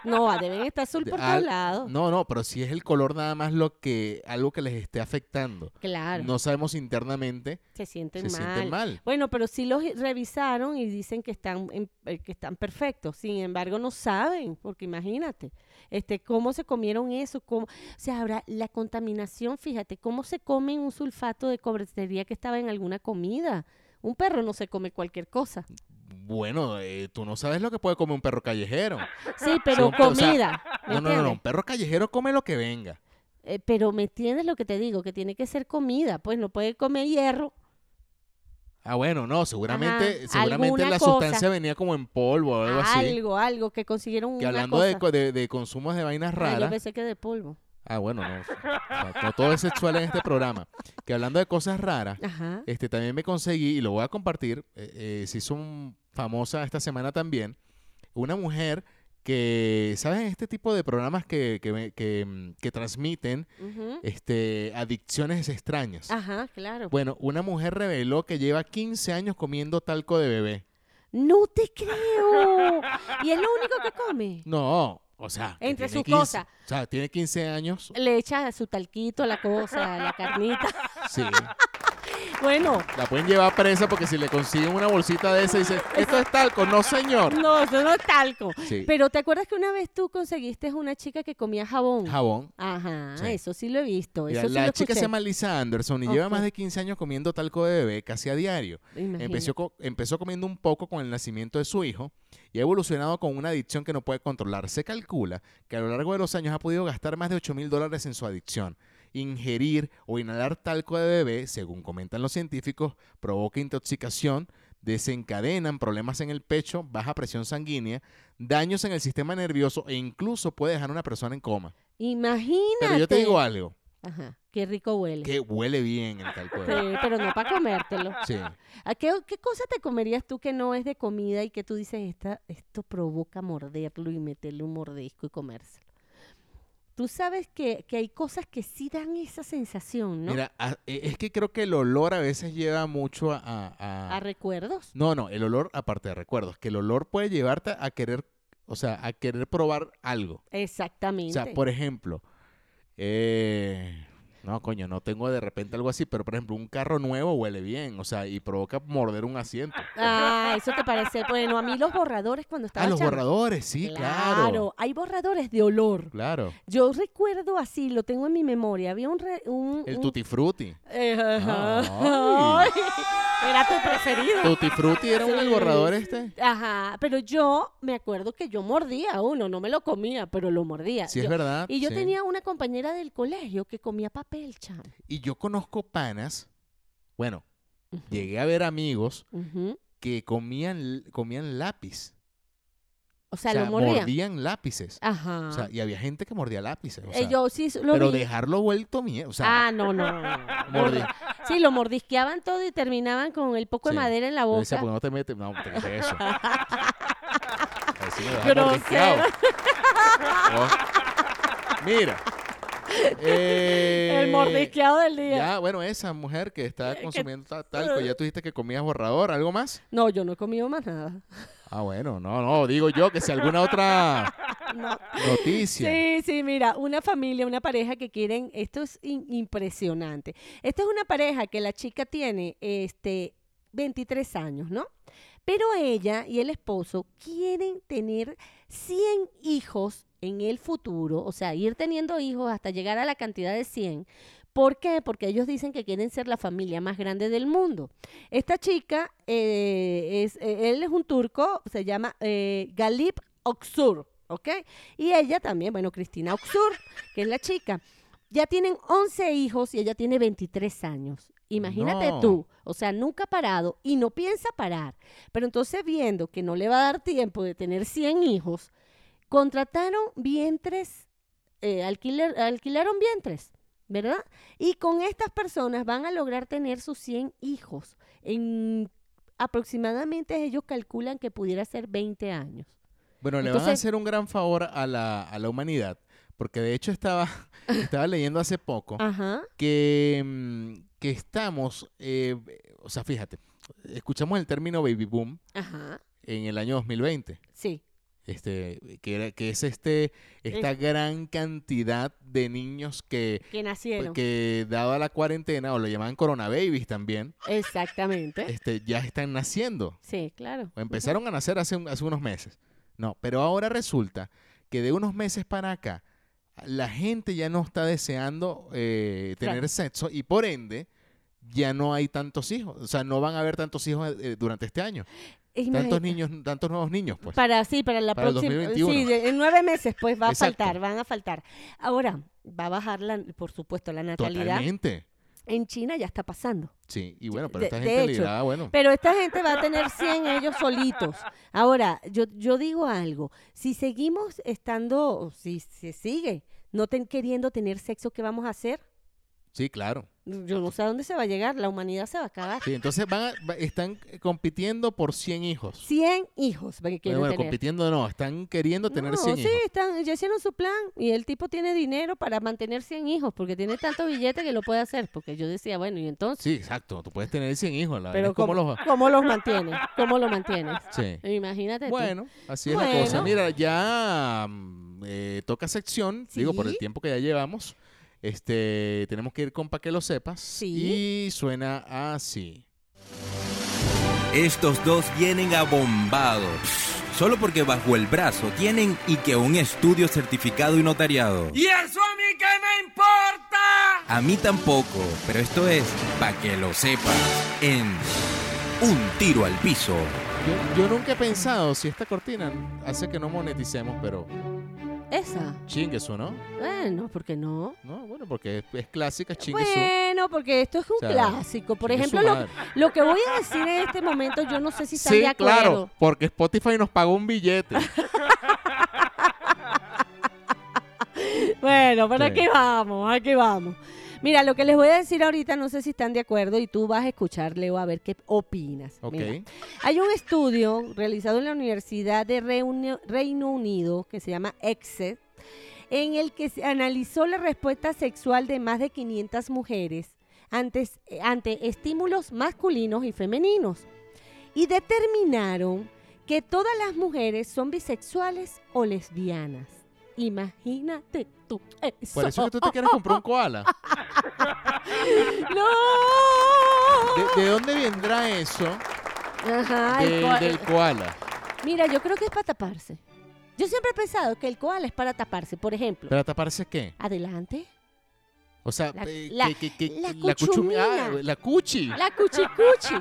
S1: No, ah, deben estar azul por
S4: al-
S1: todos lados.
S4: No, no, pero si es el color nada más lo que, algo que les esté afectando.
S1: Claro,
S4: No sabemos si internamente
S1: se sienten
S4: se
S1: mal.
S4: sienten mal.
S1: Bueno, pero sí los revisaron y dicen que están, en- eh, que están perfectos. Sin embargo, no saben, porque imagínate, este, cómo se comieron eso, cómo, o sea, ahora la contaminación, fíjate, cómo se comen un sulfato de cobre, sería que estaba en alguna comida. Un perro no se come cualquier cosa.
S4: Bueno, eh, tú no sabes lo que puede comer un perro callejero.
S1: Sí, pero
S4: un pe- o sea,
S1: comida. ¿me
S4: No, no, no, no, un
S1: entiendes?
S4: perro callejero come lo que venga.
S1: Eh, pero me entiendes lo que te digo, que tiene que ser comida, pues no puede comer hierro.
S4: Ah, bueno, no, seguramente,
S1: Ajá,
S4: seguramente
S1: alguna
S4: la
S1: cosa.
S4: sustancia venía como en polvo o algo así.
S1: Algo, algo, que consiguieron
S4: que
S1: una
S4: hablando de,
S1: cosa.
S4: co- de, de consumos de vainas
S1: Ah, yo
S4: raras.
S1: pensé que de polvo.
S4: Ah, bueno, no. o sea, no todo es sexual en este programa. Que hablando de cosas raras,
S1: Ajá.
S4: este también me conseguí, y lo voy a compartir, eh, eh, se hizo un- famosa esta semana también, una mujer que, ¿sabes? Este tipo de programas que, que ve- que, mm, que transmiten
S1: ujú.
S4: este, adicciones extrañas.
S1: Ajá, claro.
S4: Bueno, una mujer reveló que lleva 15 años comiendo talco de bebé.
S1: No te creo. Y es lo único que come.
S4: No, o sea. que
S1: Entre
S4: tiene
S1: sus
S4: 15
S1: cosas.
S4: O sea, tiene 15 años.
S1: Le echa su talquito a la cosa, a la carnita.
S4: Sí.
S1: Bueno,
S4: La pueden llevar presa porque si le consiguen una bolsita de esa y dice, esto es talco, no señor.
S1: no, eso no es talco.
S4: Sí.
S1: Pero ¿te acuerdas que una vez tú conseguiste una chica que comía jabón?
S4: Jabón.
S1: Ajá,
S4: Sí.
S1: eso sí lo he visto.
S4: Mira,
S1: eso sí
S4: la
S1: lo
S4: chica se
S1: escuché.
S4: llama Lisa Anderson y lleva
S1: Ok.
S4: más de 15 años comiendo talco de bebé casi a diario.
S1: Imagínate.
S4: Empezó, co- empezó comiendo un poco con el nacimiento de su hijo y ha evolucionado con una adicción que no puede controlar. Se calcula que a lo largo de los años ha podido gastar más de 8 mil dólares en su adicción. Ingerir o inhalar talco de bebé, según comentan los científicos, provoca intoxicación desencadenan problemas en el pecho, baja presión sanguínea, daños en el sistema nervioso e incluso puede dejar a una persona en coma.
S1: Imagínate.
S4: Pero yo te digo ah, algo,
S1: Ajá, qué rico huele.
S4: que huele bien el talco de
S1: Sí, pero no para comértelo.
S4: Sí.
S1: ¿A qué, qué cosa te comerías tú que no es de comida y que tú dices, Esta, esto provoca morderlo y meterle un mordisco y comérselo? Tú sabes que, que hay cosas que sí dan esa sensación, ¿no?
S4: Mira, a- e- es que creo que el olor a veces lleva mucho a... a- a-
S1: A recuerdos.
S4: No, no, el olor, aparte de recuerdos, que el olor puede llevarte a querer, o sea, a querer probar algo. O
S1: Exactamente.
S4: sea, por ejemplo, eh, no, coño, no tengo de repente algo así, pero por ejemplo, un carro nuevo huele bien, o sea, y provoca morder un asiento.
S1: Ah, eso te parece. Bueno, a mí los borradores cuando estaba
S4: Ah, los
S1: chama-
S4: borradores, sí, claro.
S1: Hay borradores de olor.
S4: Claro.
S1: Yo recuerdo así, lo tengo en mi memoria. Había un. re- un-
S4: El Ah.
S1: un-
S4: Tutti Frutti.
S1: Eh, ajá.
S4: Ay.
S1: Ay, Era tu preferido.
S4: Tutti Frutti era un el borrador este.
S1: Ajá, pero yo me acuerdo que yo mordía uno, no me lo comía, pero lo mordía.
S4: Sí, es
S1: Yo-
S4: verdad.
S1: Y yo
S4: sí.
S1: tenía una compañera del colegio que comía papel, chamo.
S4: Y yo conozco panas, bueno, llegué a ver amigos
S1: Ujú.
S4: que comían, comían lápiz.
S1: O sea,
S4: o sea,
S1: lo mordía.
S4: mordían lápices.
S1: Ajá.
S4: O sea, y había gente que mordía lápices. o
S1: Eh,
S4: sea,
S1: yo sí lo
S4: pero
S1: vi.
S4: dejarlo vuelto miedo. O sea,
S1: ah, no, no. no, no, no.
S4: Mordí.
S1: Sí, lo mordisqueaban todo y terminaban con el poco
S4: Sí.
S1: de madera en la
S4: yo
S1: boca.
S4: decía, "¿Por qué no te metes? No, te metes eso. Así me dejas
S1: Grosero.
S4: mordisqueado. Oh. Mira. eh,
S1: el mordisqueado del día.
S4: Ya, bueno, esa mujer que está consumiendo ta- talco, ya tú dijiste que comías borrador, ¿algo más?
S1: No, yo no he comido más nada.
S4: Ah, bueno, no, no, digo yo que si alguna otra
S1: No.
S4: noticia.
S1: Sí, sí, mira, una familia, una pareja que quieren, esto es in- impresionante. Esta es una pareja que la chica tiene este 23 años, ¿no? Pero ella y el esposo quieren tener 100 hijos en el futuro, o sea, ir teniendo hijos hasta llegar a la cantidad de 100. ¿Por qué? Porque ellos dicen que quieren ser la familia más grande del mundo. Esta chica, eh, es, eh, él es un turco, se llama eh, Galip Oksur, ¿ok? Y ella también, bueno, Cristina Oksur, que es la chica. Ya tienen 11 hijos y ella tiene 23 años. Imagínate
S4: No.
S1: tú, o sea, nunca ha parado y no piensa parar. Pero entonces viendo que no le va a dar tiempo de tener 100 hijos, contrataron vientres, eh, alquiler- alquilaron vientres, ¿verdad? Y con estas personas van a lograr tener sus 100 hijos. En aproximadamente ellos calculan que pudiera ser 20 años.
S4: Bueno, le van a
S1: Entonces-
S4: hacer un gran favor a la, a la humanidad, porque de hecho estaba, estaba leyendo hace poco
S1: Ajá.
S4: que, mm, que estamos, eh, o sea, fíjate, escuchamos el término baby boom
S1: Ajá.
S4: en el año 2020.
S1: Sí.
S4: Este, que, era- que es este, esta gran cantidad de niños que,
S1: Que nacieron.
S4: que dada la cuarentena, o lo llamaban corona babies también,
S1: Exactamente.
S4: este, ya están naciendo.
S1: Sí, claro.
S4: O empezaron a nacer hace, un- hace unos meses. No, pero ahora resulta que de unos meses para acá, la gente ya no está deseando eh,
S1: Claro.
S4: tener sexo y por ende ya no hay tantos hijos. O sea, no van a haber tantos hijos eh, durante este año. Tantos
S1: Imagínate.
S4: niños, tantos nuevos niños, pues.
S1: Para, sí, para la
S4: Para el
S1: próxima.
S4: 2021.
S1: Sí, de- en nueve meses, pues va a
S4: Exacto.
S1: faltar, van a faltar. Ahora, va a bajar, la, por supuesto, la natalidad.
S4: Totalmente.
S1: En China ya está pasando.
S4: Sí, y bueno, pero
S1: de-
S4: esta
S1: de
S4: gente
S1: hecho,
S4: liderada, bueno.
S1: Pero esta gente va a tener 100 ellos solitos. Ahora, yo, yo digo algo, si seguimos estando, o si se sigue, no ten- queriendo tener sexo, ¿qué vamos a hacer?
S4: Sí, claro.
S1: Yo no sé a dónde se va a llegar, la humanidad se va a acabar.
S4: Sí, entonces van a- va- están compitiendo por 100 hijos.
S1: 100 hijos van a
S4: Bueno,
S1: querer
S4: bueno,
S1: tener.
S4: compitiendo no, están queriendo tener
S1: No,
S4: 100
S1: sí,
S4: hijos.
S1: están, ya hicieron su plan y el tipo tiene dinero para mantener 100 hijos porque tiene tanto billete que lo puede hacer. Porque yo decía, bueno, y entonces,
S4: Sí, exacto. Tú puedes tener 100 hijos. La verdad
S1: pero
S4: es como
S1: ¿cómo,
S4: los...
S1: cómo los mantienes? ¿Cómo lo mantienes?
S4: Sí.
S1: Imagínate. tú.
S4: Bueno, así es la cosa.
S1: Bueno.
S4: Mira, ya mm, eh, toca sección, digo, por el
S1: Sí.
S4: tiempo que ya llevamos. Este, tenemos que ir con Pa' que lo sepas.
S1: Sí.
S4: Y suena así.
S7: Estos dos vienen abombados. Solo porque bajo el brazo tienen y que un estudio certificado y notariado.
S3: ¿Y eso a mí qué me importa?
S7: A mí tampoco, pero esto es para que lo sepas. En Un Tiro al Piso.
S4: Yo, yo nunca he pensado si esta cortina hace que no moneticemos, pero
S1: Esa.
S4: Chinguesu, ¿no?
S1: Bueno, ¿por qué no?
S4: No, bueno, porque es, es clásica Chinguesu.
S1: Bueno, porque esto es un
S4: O sea,
S1: clásico. Por
S4: chingue
S1: ejemplo,
S4: su
S1: lo,
S4: madre.
S1: lo que voy a decir en este momento, yo no sé si están
S4: Sí,
S1: de acuerdo.
S4: claro, porque Spotify nos pagó un billete.
S1: Bueno, pero
S4: Sí.
S1: aquí vamos, aquí vamos. Mira, lo que les voy a decir ahorita, no sé si están de acuerdo y tú vas a escuchar, Leo, a ver qué opinas.
S4: Ok.
S1: Mira, hay un estudio realizado en la Universidad de Reuni- Reino Unido que se llama EXET, en el que se analizó la respuesta sexual de más de 500 mujeres antes- ante estímulos masculinos y femeninos y determinaron que todas las mujeres son bisexuales o lesbianas. Imagínate tú eso.
S4: Por eso es que tú te quieres comprar un koala.
S1: ¡No!
S4: ¿De, de dónde vendrá eso
S1: Ajá, el
S4: del-
S1: koala.
S4: del koala?
S1: Mira, yo creo que es para taparse. Yo siempre he pensado que el koala es para taparse, por ejemplo.
S4: ¿Pero te parece qué?
S1: Adelante.
S4: O sea,
S1: La-
S4: eh,
S1: la-
S4: que, que- que-
S1: la
S4: cuchumi-
S1: cuchumina.
S4: ah, la cuchi.
S1: La cuchicuchi.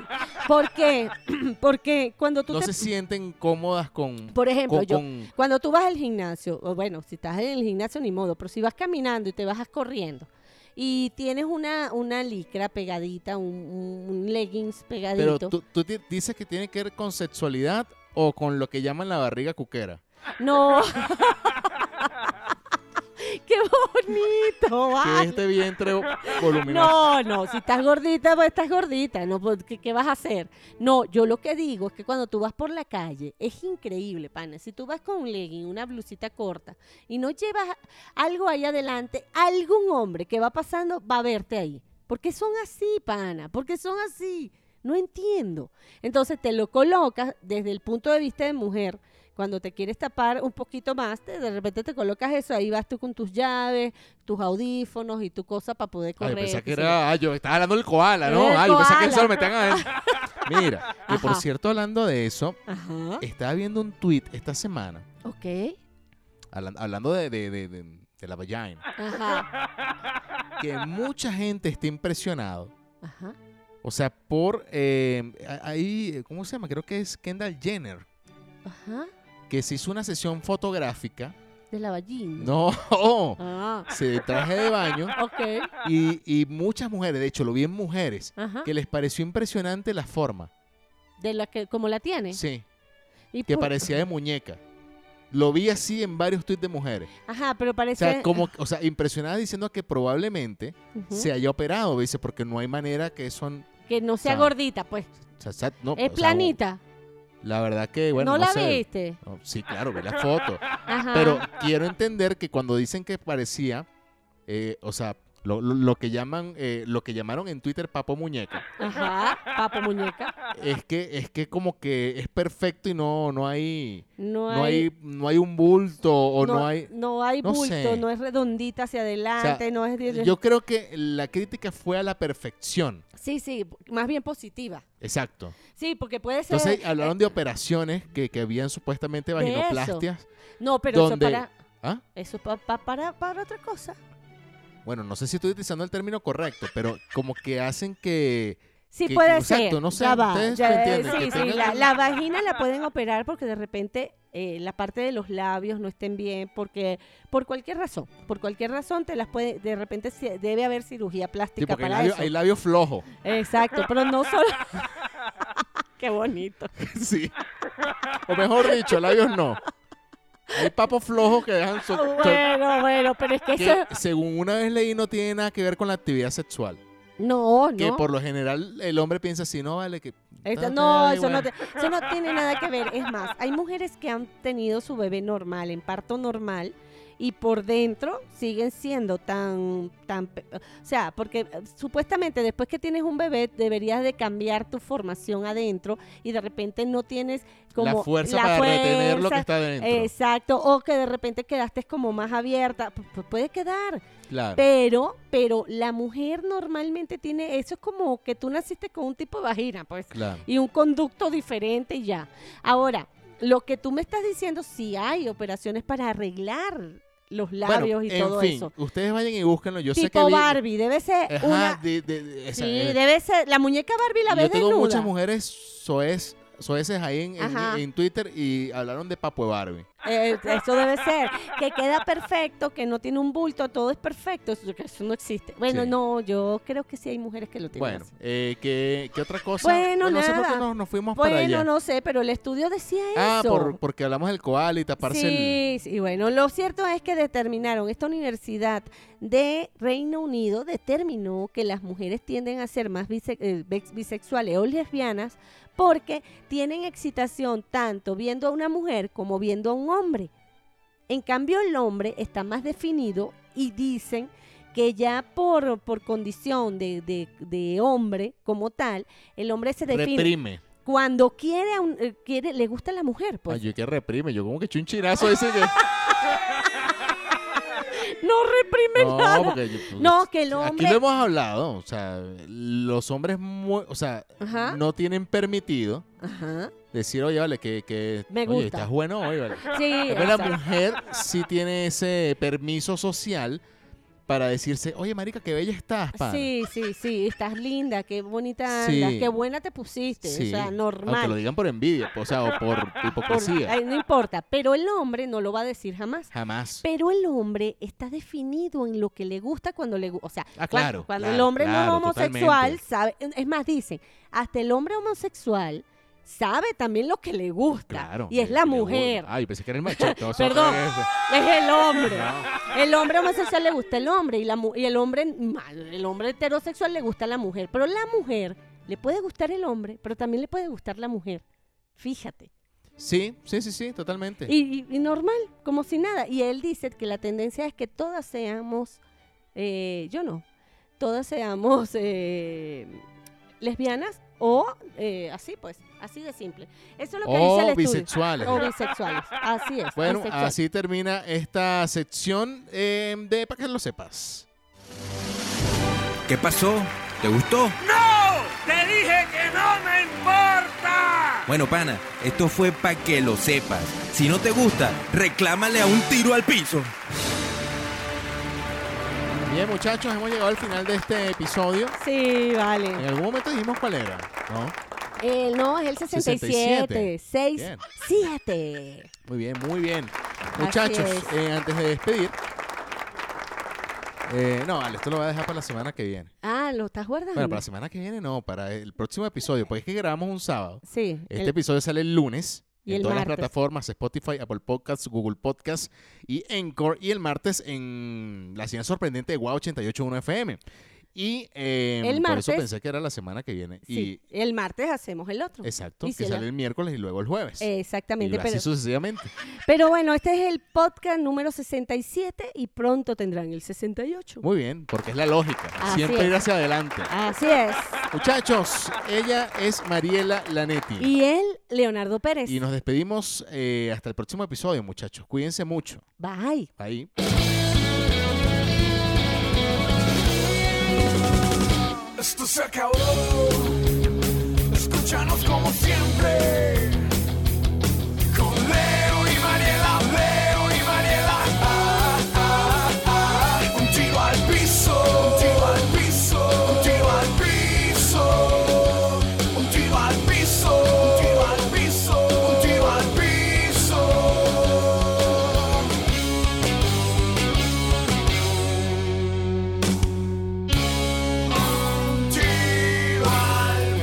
S1: ¿Por qué? Porque cuando tú
S4: no
S1: te...
S4: se sienten cómodas con...
S1: Por ejemplo,
S4: con-
S1: yo...
S4: con-
S1: Cuando tú vas al gimnasio, o bueno, si estás en el gimnasio ni modo, pero si vas caminando y te bajas corriendo y tienes una, una licra pegadita, un, un- un leggings
S4: Pero
S1: pegadito.
S4: tú, tú di- dices que tiene que ver con sexualidad o con lo que llaman la barriga cuquera.
S1: No. ¡Qué bonito!
S4: Que es
S1: vale.
S4: este vientre voluminoso.
S1: No, no, si estás gordita, pues estás gordita, no, pues, ¿qué, qué vas a hacer? No, yo lo que digo es que cuando tú vas por la calle, es increíble, pana, si tú vas con un legging, una blusita corta, y no llevas algo ahí adelante, algún hombre que va pasando va a verte ahí. Porque son así, pana, porque son así. No entiendo. Entonces te lo colocas desde el punto de vista de mujer. Cuando te quieres tapar un poquito más, te- de repente te colocas eso, ahí vas tú con tus llaves, tus audífonos y tu cosa para poder
S4: Ay,
S1: correr.
S4: Ah, yo pensaba que
S1: qué sé yo.
S4: era. Ay, yo estaba hablando del koala, ¿no?
S1: Del
S4: Ay, yo pensaba que
S1: koala.
S4: eso lo metían a él. Mira, y por
S1: Ajá. ¿Ah?
S4: cierto, hablando de eso,
S1: Ajá.
S4: estaba viendo un tweet esta semana, eh,
S1: Ok.
S4: hablan- hablando de, de- de- de- de la vagina,
S1: Ajá.
S4: que mucha gente está impresionado.
S1: Ajá.
S4: O sea, por. eh, ahí, ¿cómo se llama? Creo que es Kendall Jenner,
S1: Ajá.
S4: que se hizo una sesión fotográfica.
S1: De la vagina.
S4: No, Oh,
S1: Ah.
S4: se traje de baño.
S1: Ok.
S4: Y, y muchas mujeres, de hecho, lo vi en mujeres,
S1: Ajá.
S4: que les pareció impresionante la forma.
S1: De la que, como la tiene.
S4: Sí,
S1: Y
S4: que
S1: por-
S4: parecía de muñeca. Lo vi así en varios tweets de mujeres.
S1: Ajá, pero
S4: O
S1: parece.
S4: sea, como, o sea, impresionada diciendo que probablemente
S1: ah. Ujú.
S4: se haya operado, dice, porque no hay manera que son...
S1: que no sea
S4: sea,
S1: gordita, pues.
S4: o sea, sa- no,
S1: Es
S4: o sea,
S1: planita.
S4: la verdad que, bueno,
S1: no,
S4: no,
S1: la
S4: sé.
S1: viste.
S4: No, sí, claro, ve la foto.
S1: Ajá.
S4: Pero quiero entender que cuando dicen que parecía, eh, o sea, lo, lo- lo que llaman, eh, lo que llamaron en Twitter papo muñeca.
S1: Ajá. Papo muñeca.
S4: es que es que como que es perfecto y no no hay
S1: No
S4: no
S1: hay.
S4: hay no hay un bulto o no, hay
S1: no hay
S4: no
S1: bulto,
S4: sé.
S1: no es redondita hacia adelante, no es.
S4: yo creo que la crítica fue a la perfección
S1: Sí, sí, más bien positiva.
S4: exacto
S1: Sí, porque puede ser.
S4: entonces hablaron de operaciones que, que habían supuestamente
S1: eso.
S4: vaginoplastias
S1: no, pero eso
S4: donde-
S1: para.
S4: ¿Ah?
S1: Eso pa- pa- para, para otra cosa.
S4: bueno no sé si estoy utilizando el término correcto pero como que hacen que
S1: Sí,
S4: que-
S1: puede
S4: exacto,
S1: ser.
S4: no sé,
S1: Ya va,
S4: ustedes
S1: ya-
S4: lo entienden,
S1: Sí,
S4: que
S1: sí,
S4: tengan
S1: la,
S4: un-
S1: la vagina la pueden operar porque de repente eh, la parte de los labios no estén bien, porque por cualquier razón, por cualquier razón te las puede, de repente se- debe haber cirugía plástica
S4: tipo que hay
S1: para
S4: labio,
S1: eso.
S4: hay labio flojo
S1: Exacto, pero no solo. Qué bonito.
S4: sí o mejor dicho labios no hay papos flojos que dejan so- so-
S1: Ah, Bueno, bueno, pero es que eso.
S4: que según una vez leí no tiene nada que ver con la actividad sexual
S1: No,
S4: Que
S1: no.
S4: por lo general el hombre piensa así, no vale que.
S1: Esta-
S4: Ah,
S1: no,
S4: dale,
S1: eso no,
S4: bueno.
S1: te- eso no tiene nada que ver. Es más, hay mujeres que han tenido su bebé normal, en parto normal, y por dentro siguen siendo tan, tan, pe- o sea, porque eh, supuestamente después que tienes un bebé deberías de cambiar tu formación adentro y de repente no tienes como
S4: la fuerza
S1: la
S4: para retener lo que
S1: fuerza,
S4: está dentro.
S1: Exacto, o que de repente quedaste como más abierta, Pu- pu- puede quedar,
S4: claro.
S1: pero, pero la mujer normalmente tiene, eso es como que tú naciste con un tipo de vagina, pues
S4: claro.
S1: y un conducto diferente y ya. Ahora, lo que tú me estás diciendo, sí hay operaciones para arreglar los labios
S4: Bueno,
S1: y todo
S4: en fin,
S1: eso.
S4: ustedes vayan y búsquenlo. Yo sé que.
S1: tipo
S4: vi-
S1: Barbie, debe ser
S4: Ajá,
S1: una...
S4: de- de- de- esa-
S1: sí,
S4: eh,
S1: debe ser... La muñeca Barbie la
S4: Yo
S1: ves
S4: tengo
S1: desnuda.
S4: muchas mujeres soez, soeces ahí en, en-
S1: Ajá.
S4: en Twitter y hablaron de Papo de Barbie.
S1: Eh, eso debe ser. Que queda perfecto, que no tiene un bulto, todo es perfecto. Eso, eso no existe. Bueno,
S4: Sí.
S1: no, yo creo que sí hay mujeres que lo tienen.
S4: Bueno,
S1: así.
S4: eh, ¿qué, qué otra cosa?
S1: Bueno,
S4: No sé por qué
S1: nada.
S4: nos, nos fuimos para allá.
S1: Bueno, no sé, pero el estudio decía
S4: ah,
S1: eso.
S4: por- porque hablamos del koala y taparse el...
S1: Sí, sí, bueno, lo cierto es que determinaron, esta universidad de Reino Unido determinó que las mujeres tienden a ser más bise- eh, bex- bisexuales o lesbianas porque tienen excitación tanto viendo a una mujer como viendo a un hombre. En cambio, el hombre está más definido y dicen que ya por, por condición de, de- de hombre como tal, el hombre se define
S4: Reprime.
S1: cuando quiere, a un- eh, quiere, le gusta la mujer. Pues. Ah,
S4: Ay, yo que reprime, yo como que eché un chinazo ese que...
S1: No reprime
S4: No,
S1: nada.
S4: porque yo- pues,
S1: No, que el
S4: Aquí
S1: hombre-
S4: lo hemos hablado, o sea, los hombres, mu- o sea,
S1: Ajá.
S4: no tienen permitido
S1: Ajá.
S4: decir, oye, vale, que, que
S1: Me
S4: oye,
S1: gusta.
S4: estás bueno hoy, vale.
S1: Sí.
S4: Pero la
S1: exacto.
S4: mujer sí tiene ese permiso social para decirse, oye, marica, qué bella estás, pana.
S1: Sí, sí, sí, estás linda, qué bonita
S4: Sí.
S1: andas, qué buena te pusiste, o sea,
S4: Aunque lo
S1: normal.
S4: digan por envidia, o sea, o por
S1: Por-
S4: hipocresía.
S1: ay, no importa, pero el hombre no lo va a decir jamás.
S4: Jamás.
S1: Pero el hombre está definido en lo que le gusta cuando le gusta. O sea,
S4: Ah,
S1: cuan-
S4: claro,
S1: cuando el
S4: claro,
S1: hombre no
S4: claro,
S1: es homosexual,
S4: totalmente.
S1: sabe, es más, dicen, hasta el hombre homosexual sabe también lo que le gusta.
S4: Claro.
S1: y es
S4: le-
S1: la
S4: le-
S1: mujer.
S4: Ay, pensé que era el machito. o sea,
S1: Perdón,
S4: que-
S1: es el hombre. El hombre homosexual le gusta el hombre y, la, mu- y el hombre mal- el hombre heterosexual le gusta la mujer. Pero la mujer le puede gustar el hombre, pero también le puede gustar la mujer. Fíjate.
S4: Sí, sí, sí, sí, totalmente.
S1: Y, y- y normal, como si nada. Y él dice que la tendencia es que todas seamos, eh, yo no, todas seamos eh, lesbianas o eh, así pues, así de simple. Eso es lo que dice el
S4: o
S1: estudio.
S4: bisexuales.
S1: O bisexuales, así es.
S4: Bueno,
S1: bisexual.
S4: así termina esta sección eh, de para que lo sepas.
S7: ¿Qué pasó? ¿Te gustó?
S3: ¡Te dije que no me importa!
S7: Bueno, pana, esto fue para que lo sepas. Si no te gusta, reclámale a un tiro al piso.
S4: Bien, muchachos, hemos llegado al final de este episodio.
S1: Sí, vale.
S4: En algún momento dijimos cuál era, ¿no?
S1: Eh, no, es el
S4: 67.
S1: 67. 6,
S4: Bien.
S1: 7.
S4: Muy bien, muy bien. Muchachos,
S1: es.
S4: eh, antes de despedir. eh, no, vale, esto lo voy a dejar para la semana que viene.
S1: Ah, ¿lo estás guardando?
S4: Bueno, para la semana que viene no, para el próximo episodio, porque es que grabamos un sábado.
S1: Sí.
S4: Este
S1: el-
S4: episodio sale el lunes.
S1: Y
S4: en
S1: el
S4: todas las
S1: martes.
S4: plataformas, Spotify, Apple Podcasts, Google Podcasts y Encore. Y el martes en la señal sorprendente de Guau 881 FM. Y eh,
S1: El
S4: por eso
S1: martes-
S4: pensé que era la semana que viene.
S1: sí, el martes hacemos el otro.
S4: Y exacto,
S1: Y
S4: que
S1: si
S4: sale
S1: la-
S4: el miércoles y luego el jueves. y
S1: Exactamente.
S4: así
S1: Pero,
S4: sucesivamente.
S1: pero bueno, este es el podcast número 67 y pronto tendrán el 68.
S4: Muy bien, porque es la lógica.
S1: Así
S4: Siempre ir
S1: es. Ah.
S4: hacia adelante.
S1: Así es.
S4: Muchachos, ella es Mariela Lanetti.
S1: Y él, Leonardo Pérez.
S4: Y nos despedimos eh, hasta el próximo episodio, muchachos. Cuídense mucho.
S1: Bye.
S4: Ahí.
S3: Esto se acabó. Escúchanos como siempre. Con Leo y Mariela, Leo y Mariela. Ah, ah, ah. Un tiro al piso, un tiro al piso, un tiro al piso. Un tiro al piso, un tiro al piso, un tiro al piso. Un tiro al